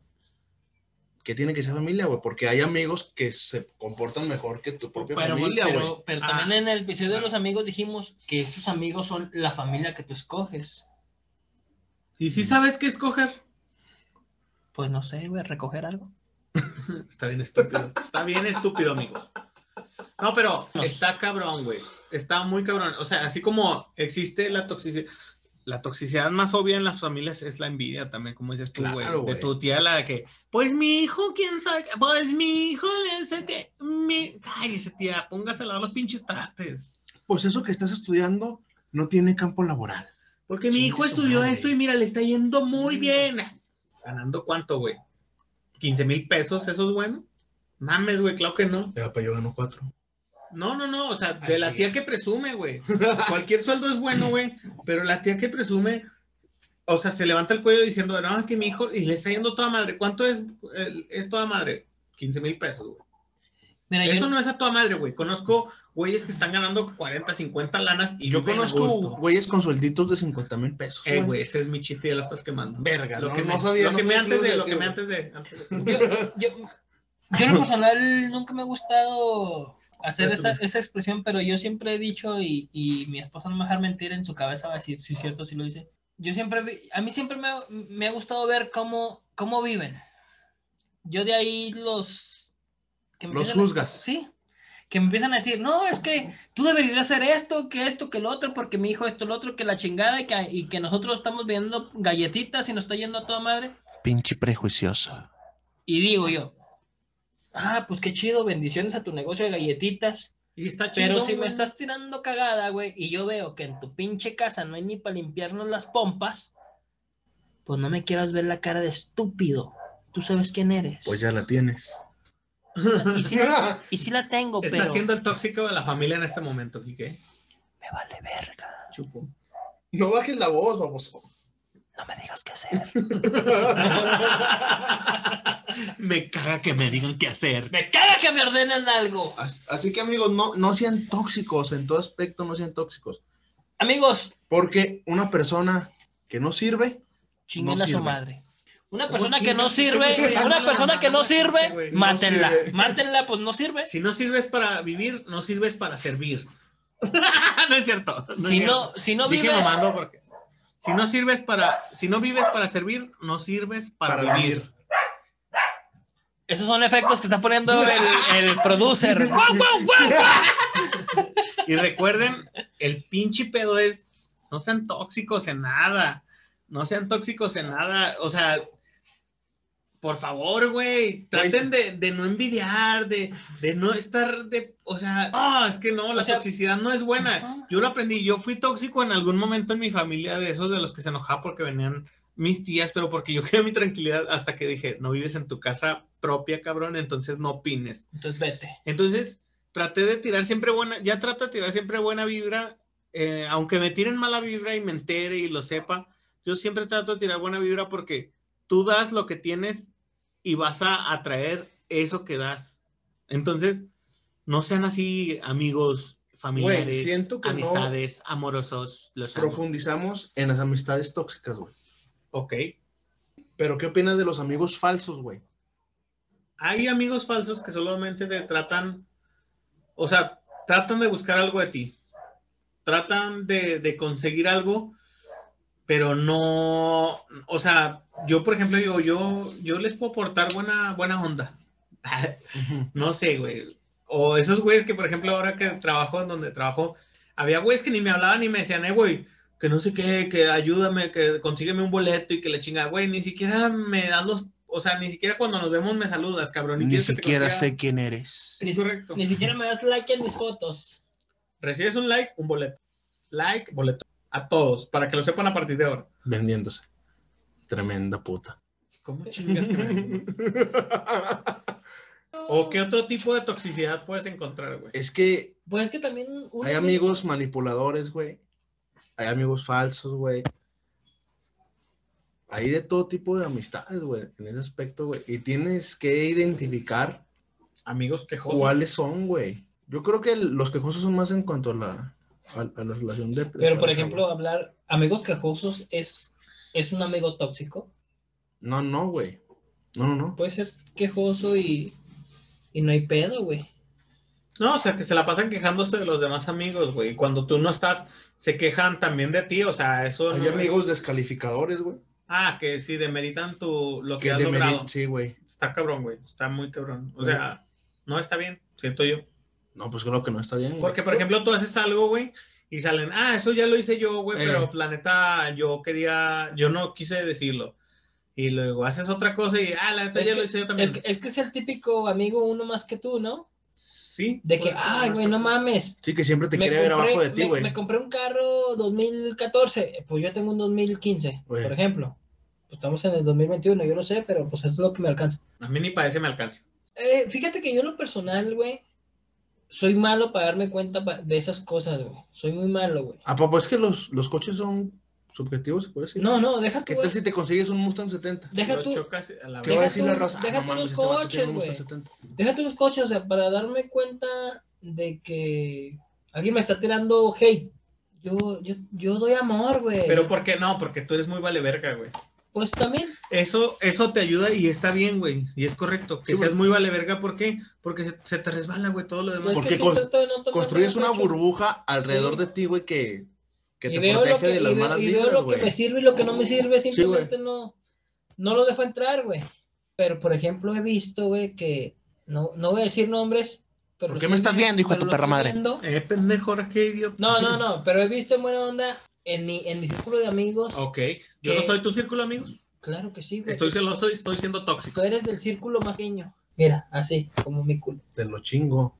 Speaker 1: Que tiene que ser familia, güey. Porque hay amigos que se comportan mejor que tu propia
Speaker 2: Pero,
Speaker 1: familia,
Speaker 2: pero-
Speaker 1: güey.
Speaker 3: pero
Speaker 2: Ah.
Speaker 3: también en el episodio de los amigos dijimos que esos amigos son la familia que tú escoges.
Speaker 2: ¿Y si sabes qué escoger?
Speaker 3: Pues no sé, güey, recoger algo.
Speaker 2: Está bien estúpido. Está bien estúpido, amigos. No, pero está cabrón, güey. Está muy cabrón. O sea, así como existe la toxicidad. La toxicidad más obvia en las familias es la envidia también, como dices tú,
Speaker 1: Claro,
Speaker 2: güey.
Speaker 1: güey.
Speaker 2: de tu tía, la de que, pues mi hijo, quién sabe, qué? pues mi hijo, le sé que, mi... Ay, esa tía, póngase a lavar los pinches trastes.
Speaker 1: Pues eso que estás estudiando no tiene campo laboral.
Speaker 2: Porque mi
Speaker 1: Chingue
Speaker 2: hijo
Speaker 1: su
Speaker 2: estudió
Speaker 1: madre. Mm.
Speaker 2: esto y mira, le está yendo muy bien. ¿Ganando cuánto, güey? ¿15 mil pesos? ¿Eso es bueno? Mames, güey, claro que no.
Speaker 1: Ya, pues yo gano cuatro.
Speaker 2: No, no, no, o sea, de
Speaker 1: Ay,
Speaker 2: la tía que presume, güey. Cualquier sueldo es bueno, güey, pero la tía que presume, o sea, se levanta el cuello diciendo, no, que mi hijo, y le está yendo toda madre. ¿Cuánto es, eh, es toda madre? 15 mil pesos, güey.
Speaker 3: Mira,
Speaker 2: Eso
Speaker 3: yo,
Speaker 2: no es a toda madre, güey. Conozco güeyes que están ganando 40, 50 lanas y
Speaker 1: Yo
Speaker 2: viven a
Speaker 1: conozco
Speaker 2: gusto.
Speaker 1: güeyes con suelditos de 50 mil pesos.
Speaker 2: Eh, güey, ese es mi chiste, ya lo estás quemando.
Speaker 1: Verga,
Speaker 2: lo
Speaker 1: no,
Speaker 2: que
Speaker 1: no
Speaker 2: me,
Speaker 1: sabía,
Speaker 2: lo
Speaker 1: no
Speaker 2: que me
Speaker 1: sabía
Speaker 2: antes
Speaker 1: que
Speaker 2: de,
Speaker 1: lo
Speaker 2: lo que
Speaker 1: decía,
Speaker 2: me antes de, antes de-
Speaker 3: yo, yo, yo en lo personal nunca me ha gustado hacer esa,
Speaker 2: Presumir.
Speaker 3: esa expresión, pero yo siempre he dicho, y, y mi esposa no me va a dejar mentir, en su cabeza va a decir, si es cierto, si lo dice. Yo siempre, vi- a mí siempre me, ha- me ha gustado ver cómo, cómo viven. Yo de ahí los... que me
Speaker 1: Los
Speaker 3: empiezan a-
Speaker 1: juzgas.
Speaker 3: sí. Que me empiezan a decir, no, es que tú deberías hacer esto, que esto, que lo otro, porque mi hijo esto, lo otro, que la chingada, y que, y que nosotros estamos viendo galletitas y nos está yendo a toda madre.
Speaker 5: Pinche prejuicioso.
Speaker 3: Y digo yo, ah, pues qué chido, bendiciones a tu negocio de galletitas.
Speaker 2: Y está chido.
Speaker 3: Pero si me
Speaker 2: güey.
Speaker 3: estás tirando cagada, güey, y yo veo que en tu pinche casa no hay ni para limpiarnos las pompas, pues no me quieras ver la cara de estúpido. Tú sabes quién eres.
Speaker 1: Pues ya la tienes.
Speaker 3: Y sí, la- y sí la tengo,
Speaker 2: Está
Speaker 3: pero
Speaker 2: siendo el tóxico de la familia en este momento, Quique.
Speaker 4: Me vale verga.
Speaker 2: Chupo.
Speaker 1: No bajes la voz, baboso.
Speaker 4: No me digas qué hacer.
Speaker 2: me caga que me digan qué hacer.
Speaker 3: me caga que me ordenen algo.
Speaker 1: As- Así que amigos, no, no sean tóxicos, en todo aspecto no sean tóxicos.
Speaker 3: Amigos,
Speaker 1: Porque una persona que no sirve,
Speaker 3: chinguen
Speaker 1: No
Speaker 3: a su
Speaker 1: sirve.
Speaker 3: madre. Una
Speaker 2: ¿Cómo
Speaker 3: persona que no
Speaker 2: chingas?
Speaker 3: sirve,
Speaker 2: Estoy
Speaker 3: una
Speaker 2: pensando
Speaker 3: persona
Speaker 2: la
Speaker 3: que no
Speaker 2: mamá,
Speaker 3: sirve,
Speaker 2: güey, no
Speaker 3: mátenla.
Speaker 1: sirve.
Speaker 3: Mátenla, pues no sirve.
Speaker 2: Si no sirves para vivir, no sirves para servir. no es cierto. es
Speaker 3: Si
Speaker 2: cierto.
Speaker 3: no, si no
Speaker 2: Dije
Speaker 3: vives,
Speaker 2: mamando porque- Si no sirves para, si no vives para servir, no sirves para,
Speaker 1: para,
Speaker 2: vivir.
Speaker 1: vivir.
Speaker 3: Esos son efectos que está poniendo el, el producer.
Speaker 2: Y recuerden, el pinche pedo es, no sean tóxicos en nada. No sean tóxicos en nada. O sea, por favor, güey, traten de, de no envidiar, de, de no estar de, o sea, ah, es que no, la
Speaker 3: O sea,
Speaker 2: toxicidad no es buena.
Speaker 3: ajá.
Speaker 2: Yo lo aprendí, yo fui tóxico en algún momento en mi familia de esos de los que se enojaba porque venían mis tías, pero porque yo quería mi tranquilidad hasta que dije, no vives en tu casa propia, cabrón, entonces no opines.
Speaker 3: Entonces vete.
Speaker 2: Entonces, traté de tirar siempre buena, ya trato de tirar siempre buena vibra, eh, aunque me tiren mala vibra y me entere y lo sepa, yo siempre trato de tirar buena vibra porque tú das lo que tienes y vas a atraer eso que das. Entonces, no sean así amigos, familiares,
Speaker 1: siento que no-
Speaker 2: amistades, amorosos, los amo.
Speaker 1: Profundizamos en las amistades tóxicas, güey.
Speaker 2: Ok.
Speaker 1: Pero ¿qué opinas de los amigos falsos, güey?
Speaker 2: Hay amigos falsos que solamente te tratan, o sea, tratan de buscar algo de ti, tratan de, de conseguir algo, pero no, o sea, yo por ejemplo digo, yo, yo les puedo aportar buena, buena onda. No sé, güey. O esos güeyes que, por ejemplo, ahora que trabajo en donde trabajo, había güeyes que ni me hablaban ni me decían, eh, güey, que no sé qué, que ayúdame, que consígueme un boleto y que la chinga, güey, ni siquiera me das los, o sea, ni siquiera cuando nos vemos me saludas, cabrón.
Speaker 1: Ni
Speaker 2: quieres que te
Speaker 1: siquiera
Speaker 2: consiga-
Speaker 1: sé quién eres.
Speaker 2: Es correcto.
Speaker 3: Ni siquiera me das like en mis fotos.
Speaker 2: Recibes un like, un boleto. Like, boleto. A todos, para que lo sepan a partir de ahora.
Speaker 1: Vendiéndose. Tremenda puta.
Speaker 2: ¿Cómo chingas que me- ¿O qué otro tipo de toxicidad puedes encontrar, güey?
Speaker 1: Es que
Speaker 3: Pues es que también. uno-
Speaker 1: hay amigos manipuladores, güey. Hay amigos falsos, güey. Hay de todo tipo de amistades, güey, en ese aspecto, güey. Y tienes que identificar
Speaker 2: Amigos quejosos.
Speaker 1: ¿Cuáles son, güey? Yo creo que el- los quejosos son más en cuanto a la, a, a la relación de... de
Speaker 3: Pero por
Speaker 1: pareja,
Speaker 3: ejemplo,
Speaker 1: güey.
Speaker 3: hablar amigos quejosos es, es un amigo tóxico.
Speaker 1: No, no, güey. No, no, no.
Speaker 3: Puede ser quejoso y, y no hay pedo, güey.
Speaker 2: No, o sea, que se la pasan quejándose de los demás amigos, güey. Y Cuando tú no estás, se quejan también de ti, o sea, eso. no
Speaker 1: Hay
Speaker 2: es-
Speaker 1: amigos descalificadores, güey.
Speaker 2: Ah, que sí, demeritan tu, lo que
Speaker 1: Que
Speaker 2: has
Speaker 1: de
Speaker 2: logrado.
Speaker 1: meri- Sí, güey.
Speaker 2: Está cabrón, güey. Está muy cabrón. O
Speaker 1: Güey.
Speaker 2: sea, no está bien, siento yo.
Speaker 1: No, pues creo que no está bien. güey.
Speaker 2: Porque, por ejemplo, tú haces algo, güey, y salen, ah, eso ya lo hice yo, güey,
Speaker 1: Eh.
Speaker 2: pero la neta, yo quería, yo no quise decirlo. Y luego haces otra cosa y, ah, la neta,
Speaker 3: Es
Speaker 2: ya
Speaker 3: que-
Speaker 2: lo hice yo también.
Speaker 3: Es que, es que es el típico amigo uno más que tú, ¿no?
Speaker 2: Sí.
Speaker 3: De que,
Speaker 1: Pues,
Speaker 2: puede ser
Speaker 3: ay,
Speaker 2: una
Speaker 3: güey, no
Speaker 2: cosa.
Speaker 3: mames.
Speaker 1: Sí, que siempre te
Speaker 3: me
Speaker 1: quiere ver
Speaker 3: compré-
Speaker 1: abajo de ti,
Speaker 3: me-
Speaker 1: güey.
Speaker 3: Me compré un carro 2014, pues yo tengo un 2015,
Speaker 1: Güey.
Speaker 3: por ejemplo. Pues estamos en el 2021, yo lo sé, pero pues eso es lo que me alcanza.
Speaker 2: A mí ni parece me alcanza.
Speaker 3: Eh, fíjate que yo en lo personal, güey, soy malo para darme cuenta pa- de esas cosas, güey. Soy muy malo, güey.
Speaker 1: ¿A poco Ah, pues, es que los, los coches son subjetivos, se puede decir?
Speaker 3: No, no, deja tú,
Speaker 1: ¿Qué tal
Speaker 3: güey.
Speaker 1: si te consigues un Mustang 70?
Speaker 3: deja
Speaker 2: Lo
Speaker 3: tú,
Speaker 2: chocas a la
Speaker 1: ¿Qué va a
Speaker 2: vez.
Speaker 1: decir
Speaker 3: tú-
Speaker 1: la raza? Ah,
Speaker 3: deja tú los
Speaker 1: ese vato tiene
Speaker 3: coches,
Speaker 1: un Mustang
Speaker 3: güey.
Speaker 1: 70.
Speaker 3: déjate los coches, o sea, para darme cuenta de que alguien me está tirando hate. Yo, yo, yo doy amor, güey.
Speaker 2: Pero ¿por qué no? Porque tú eres muy vale verga, güey.
Speaker 3: pues también,
Speaker 2: Eso, eso te ayuda y está bien, güey. Y es correcto. Que
Speaker 1: Sí,
Speaker 2: seas
Speaker 1: güey.
Speaker 2: muy vale verga, ¿por qué? Porque se, se te resbala, güey, todo lo demás.
Speaker 3: pues,
Speaker 1: Porque
Speaker 3: que sí
Speaker 1: cons-
Speaker 3: trato de no tomarme
Speaker 1: Construyes una
Speaker 3: mucho.
Speaker 1: burbuja alrededor
Speaker 3: Sí.
Speaker 1: de ti, güey, que, que
Speaker 3: y
Speaker 1: te
Speaker 3: veo lo
Speaker 1: protege
Speaker 3: que,
Speaker 1: de
Speaker 3: y
Speaker 1: las
Speaker 3: veo-
Speaker 1: malas
Speaker 3: y veo
Speaker 1: vibras,
Speaker 3: lo que me
Speaker 1: güey.
Speaker 3: sirve y lo que no me sirve, simplemente
Speaker 1: güey.
Speaker 3: no, no lo dejo entrar, güey. Pero, por ejemplo, he visto, güey, que no, no voy a decir nombres. Pero
Speaker 1: ¿Por
Speaker 3: lo
Speaker 1: qué me
Speaker 3: estoy
Speaker 1: estás
Speaker 3: vi-
Speaker 1: viendo, hijo de
Speaker 3: pero
Speaker 1: tu
Speaker 3: lo
Speaker 1: perra
Speaker 3: estoy
Speaker 1: madre?
Speaker 3: viendo.
Speaker 2: Eh, pendejo, ahora qué idiota.
Speaker 3: No, no, no, pero he visto en buena onda en mi, en mi círculo de amigos.
Speaker 2: Ok. Yo
Speaker 3: ¿Qué?
Speaker 2: no soy tu círculo, amigos.
Speaker 3: Claro que sí, güey.
Speaker 2: Estoy celoso y estoy siendo tóxico.
Speaker 3: Tú eres del círculo más pequeño. Mira, así, como mi culo.
Speaker 1: Te lo chingo.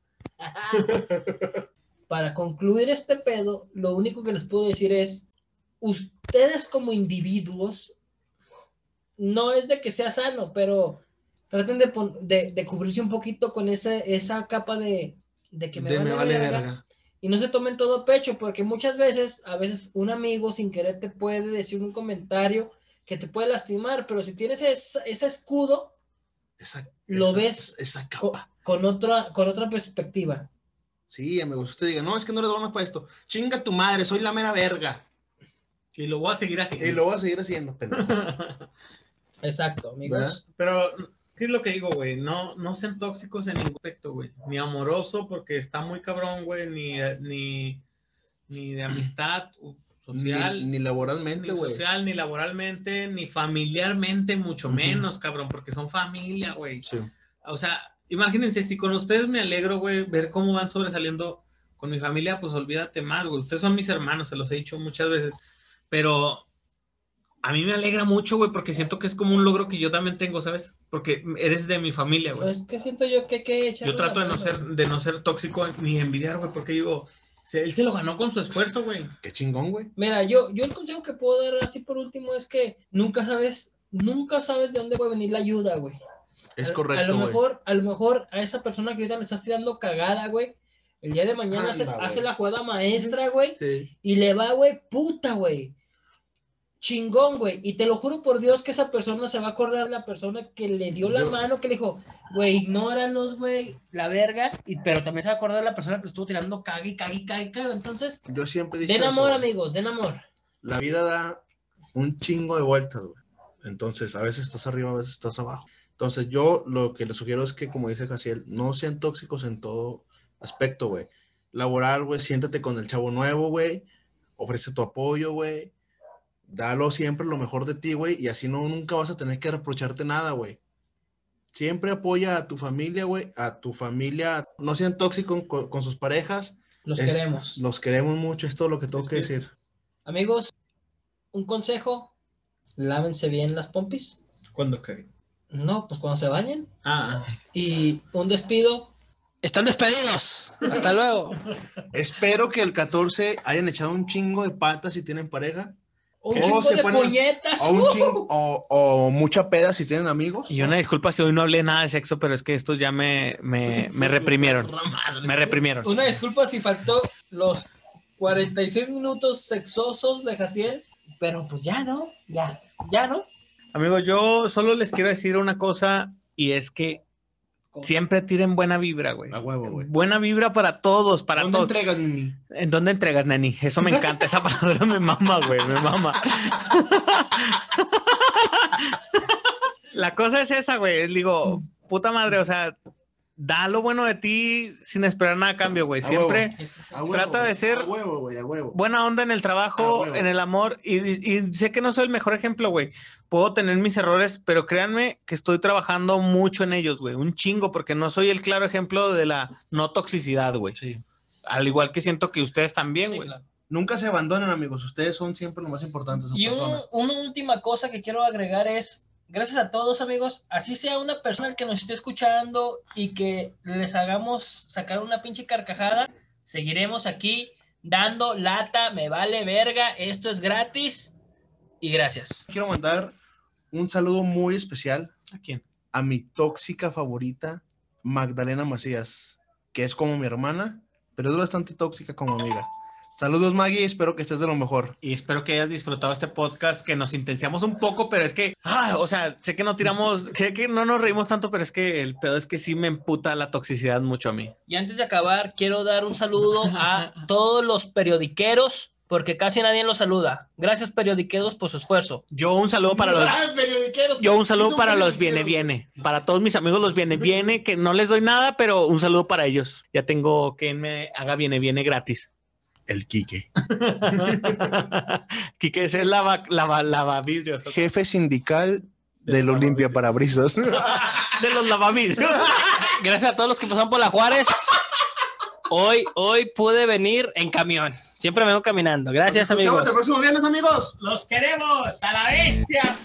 Speaker 3: Para concluir este pedo, lo único que les puedo decir es, ustedes como individuos, no es de que sea sano, pero traten de, pon- de, de cubrirse un poquito con esa, esa capa de, de que me,
Speaker 1: Te
Speaker 3: vale
Speaker 1: me vale
Speaker 3: verga,
Speaker 1: verga.
Speaker 3: Y no se tomen todo a pecho, porque muchas veces, a veces un amigo sin querer te puede decir un comentario que te puede lastimar, pero si tienes esa- ese escudo,
Speaker 1: Esa,
Speaker 3: Lo
Speaker 1: esa-
Speaker 3: ves
Speaker 1: Esa
Speaker 3: co-
Speaker 1: capa.
Speaker 3: con otra, con otra perspectiva.
Speaker 1: Sí, amigos, usted diga, no, es que no eres bueno para esto. Chinga tu madre, soy la mera verga.
Speaker 2: Y lo voy a seguir así.
Speaker 1: Y lo voy a seguir haciendo, pendejo.
Speaker 3: Exacto, amigos.
Speaker 1: ¿Verdad?
Speaker 2: Pero sí es lo que digo, güey. No, no sean tóxicos en ningún aspecto, güey. Ni amoroso, porque está muy cabrón, güey. Ni, ni, ni de amistad u-
Speaker 1: Ni,
Speaker 2: social.
Speaker 1: ni
Speaker 2: ni
Speaker 1: laboralmente, güey.
Speaker 2: social, ni laboralmente, ni familiarmente, mucho
Speaker 1: Ujú.
Speaker 2: menos, cabrón, porque son familia, güey.
Speaker 1: Sí.
Speaker 2: O sea, imagínense, si con ustedes me alegro, güey, ver cómo van sobresaliendo con mi familia, pues olvídate más, güey. Ustedes son mis hermanos, se los he dicho muchas veces. Pero a mí me alegra mucho, güey, porque siento que es como un logro que yo también tengo, ¿sabes? Porque eres de mi familia, güey.
Speaker 3: Pues que siento yo que hay que echarle
Speaker 2: Yo trato de
Speaker 3: la
Speaker 2: no
Speaker 3: mano.
Speaker 2: ser, de no ser tóxico ni envidiar, güey, porque digo, se- él se lo ganó con su esfuerzo, güey.
Speaker 1: Qué chingón, güey.
Speaker 3: Mira, yo, yo el consejo que puedo dar así por último es que nunca sabes, nunca sabes de dónde puede venir la ayuda, güey.
Speaker 1: Es
Speaker 3: A- A
Speaker 1: correcto,
Speaker 3: lo
Speaker 1: güey.
Speaker 3: mejor, a lo mejor a esa persona que ahorita le estás tirando cagada, güey. El día de mañana hace,
Speaker 1: Anda, güey.
Speaker 3: hace la jugada maestra, güey.
Speaker 1: Sí.
Speaker 3: Y le va, güey, puta, güey. Chingón, güey. Y te lo juro por Dios que esa persona se va a acordar de la persona que le dio la
Speaker 1: Yo-
Speaker 3: mano, que le dijo, güey, ignóralos, güey, la verga. Y, pero también se va a acordar de la persona que le estuvo tirando caga y caga y caga y caga. Entonces,
Speaker 1: Yo siempre dije.
Speaker 3: den amor,
Speaker 1: amigo.
Speaker 3: amigos, den amor.
Speaker 1: La vida da un chingo de vueltas, güey. Entonces, a veces estás arriba, a veces estás abajo. Entonces, yo lo que les sugiero es que, como dice Casiel, no sean tóxicos en todo aspecto, güey. Laboral, güey, siéntate con el chavo nuevo, güey. Ofrece tu apoyo, güey. Dalo siempre lo mejor de ti, güey. Y así no, nunca vas a tener que reprocharte nada, güey. Siempre apoya a tu familia, güey. A tu familia. No sean tóxicos con, con sus parejas.
Speaker 3: Los
Speaker 1: Es-
Speaker 3: queremos.
Speaker 1: Los queremos mucho. Es todo lo que tengo
Speaker 2: Así
Speaker 1: que
Speaker 2: es.
Speaker 1: decir.
Speaker 3: Amigos, un consejo, lávense bien las pompis.
Speaker 2: ¿Cuándo cae?
Speaker 3: No, pues cuando se bañen.
Speaker 2: Ah,
Speaker 3: Y un despido.
Speaker 6: Están despedidos. Hasta luego.
Speaker 1: Espero que el 14 hayan echado un chingo de patas si tienen pareja.
Speaker 3: Un
Speaker 1: ¿Qué?
Speaker 3: chingo
Speaker 1: O Oh, se
Speaker 3: de
Speaker 1: ponen-
Speaker 3: puñetas.
Speaker 1: O, un
Speaker 3: ¡Uh!
Speaker 1: chin- o, o mucha peda si tienen amigos.
Speaker 2: y una disculpa si hoy no hablé nada de sexo, pero es que estos ya me, me, me reprimieron. Me reprimieron.
Speaker 3: Una disculpa si faltó los 46 minutos sexosos de Jaciel, pero pues ya no, ya, ya no.
Speaker 2: Amigos, yo solo les quiero decir una cosa y es que siempre tiren buena vibra, güey.
Speaker 1: A huevo, güey.
Speaker 2: Buena vibra para todos, para
Speaker 7: ¿Dónde
Speaker 2: todos.
Speaker 7: entregas, Nini?
Speaker 2: ¿En dónde entregas, Nani? Eso me encanta, esa palabra me mama, güey, me mama. La cosa es esa, güey. Digo, puta madre, o sea, da lo bueno de ti sin esperar nada a cambio, güey.
Speaker 7: A huevo.
Speaker 2: Siempre
Speaker 7: A huevo,
Speaker 2: Trata de
Speaker 7: güey,
Speaker 2: ser-
Speaker 7: A huevo, güey, a huevo.
Speaker 2: buena onda en el
Speaker 7: Ah,
Speaker 2: trabajo,
Speaker 7: huevo.
Speaker 2: en el amor. Y, y sé que no soy el mejor ejemplo, güey. Puedo tener mis errores, pero créanme que estoy trabajando mucho en ellos, güey. Un chingo, porque no soy el claro ejemplo de la no toxicidad, güey.
Speaker 6: Sí.
Speaker 2: Al igual que siento que ustedes también,
Speaker 3: Sí,
Speaker 2: güey.
Speaker 3: claro.
Speaker 1: Nunca se abandonen, amigos. Ustedes son siempre lo más importante.
Speaker 3: Y un- una última cosa que quiero agregar es, gracias a todos amigos, así sea una persona que nos esté escuchando y que les hagamos sacar una pinche carcajada, seguiremos aquí dando lata, me vale verga, esto es gratis y gracias.
Speaker 1: Quiero mandar un saludo muy especial
Speaker 2: ¿A quién?
Speaker 1: a mi tóxica favorita, Magdalena Macías, que es como mi hermana, pero es bastante tóxica como amiga. Saludos, Maggie. Espero que estés de lo mejor.
Speaker 2: Y espero que hayas disfrutado este podcast, que nos intensiamos un poco, pero es que, ah, o sea, sé que no tiramos, sé que no nos reímos tanto, pero es que el pedo es que sí me emputa la toxicidad mucho a mí.
Speaker 8: Y antes de acabar, quiero dar un saludo a todos los periodiqueros, porque casi nadie los saluda. Gracias, periodiqueros, por su esfuerzo.
Speaker 2: Yo un saludo para los...
Speaker 7: Ah, periodiqueros.
Speaker 2: Yo un
Speaker 1: pues,
Speaker 2: saludo
Speaker 7: Son
Speaker 2: para los viene
Speaker 7: periodiqueros.
Speaker 2: viene, para todos mis amigos los viene viene, que no les doy nada, pero un saludo para ellos. Ya tengo que me haga viene viene gratis.
Speaker 1: El Quique.
Speaker 2: Quique, ese es lava, lava, lavavidrios.
Speaker 1: Jefe sindical del Olimpia Parabrisas.
Speaker 2: De los lavavidrios.
Speaker 6: Gracias a todos los que pasaron por la Juárez. Hoy, hoy pude venir en camión. Siempre me vengo caminando. Gracias,
Speaker 7: Nos escuchamos
Speaker 6: amigos.
Speaker 7: el próximo viernes, amigos.
Speaker 2: Los queremos a la bestia.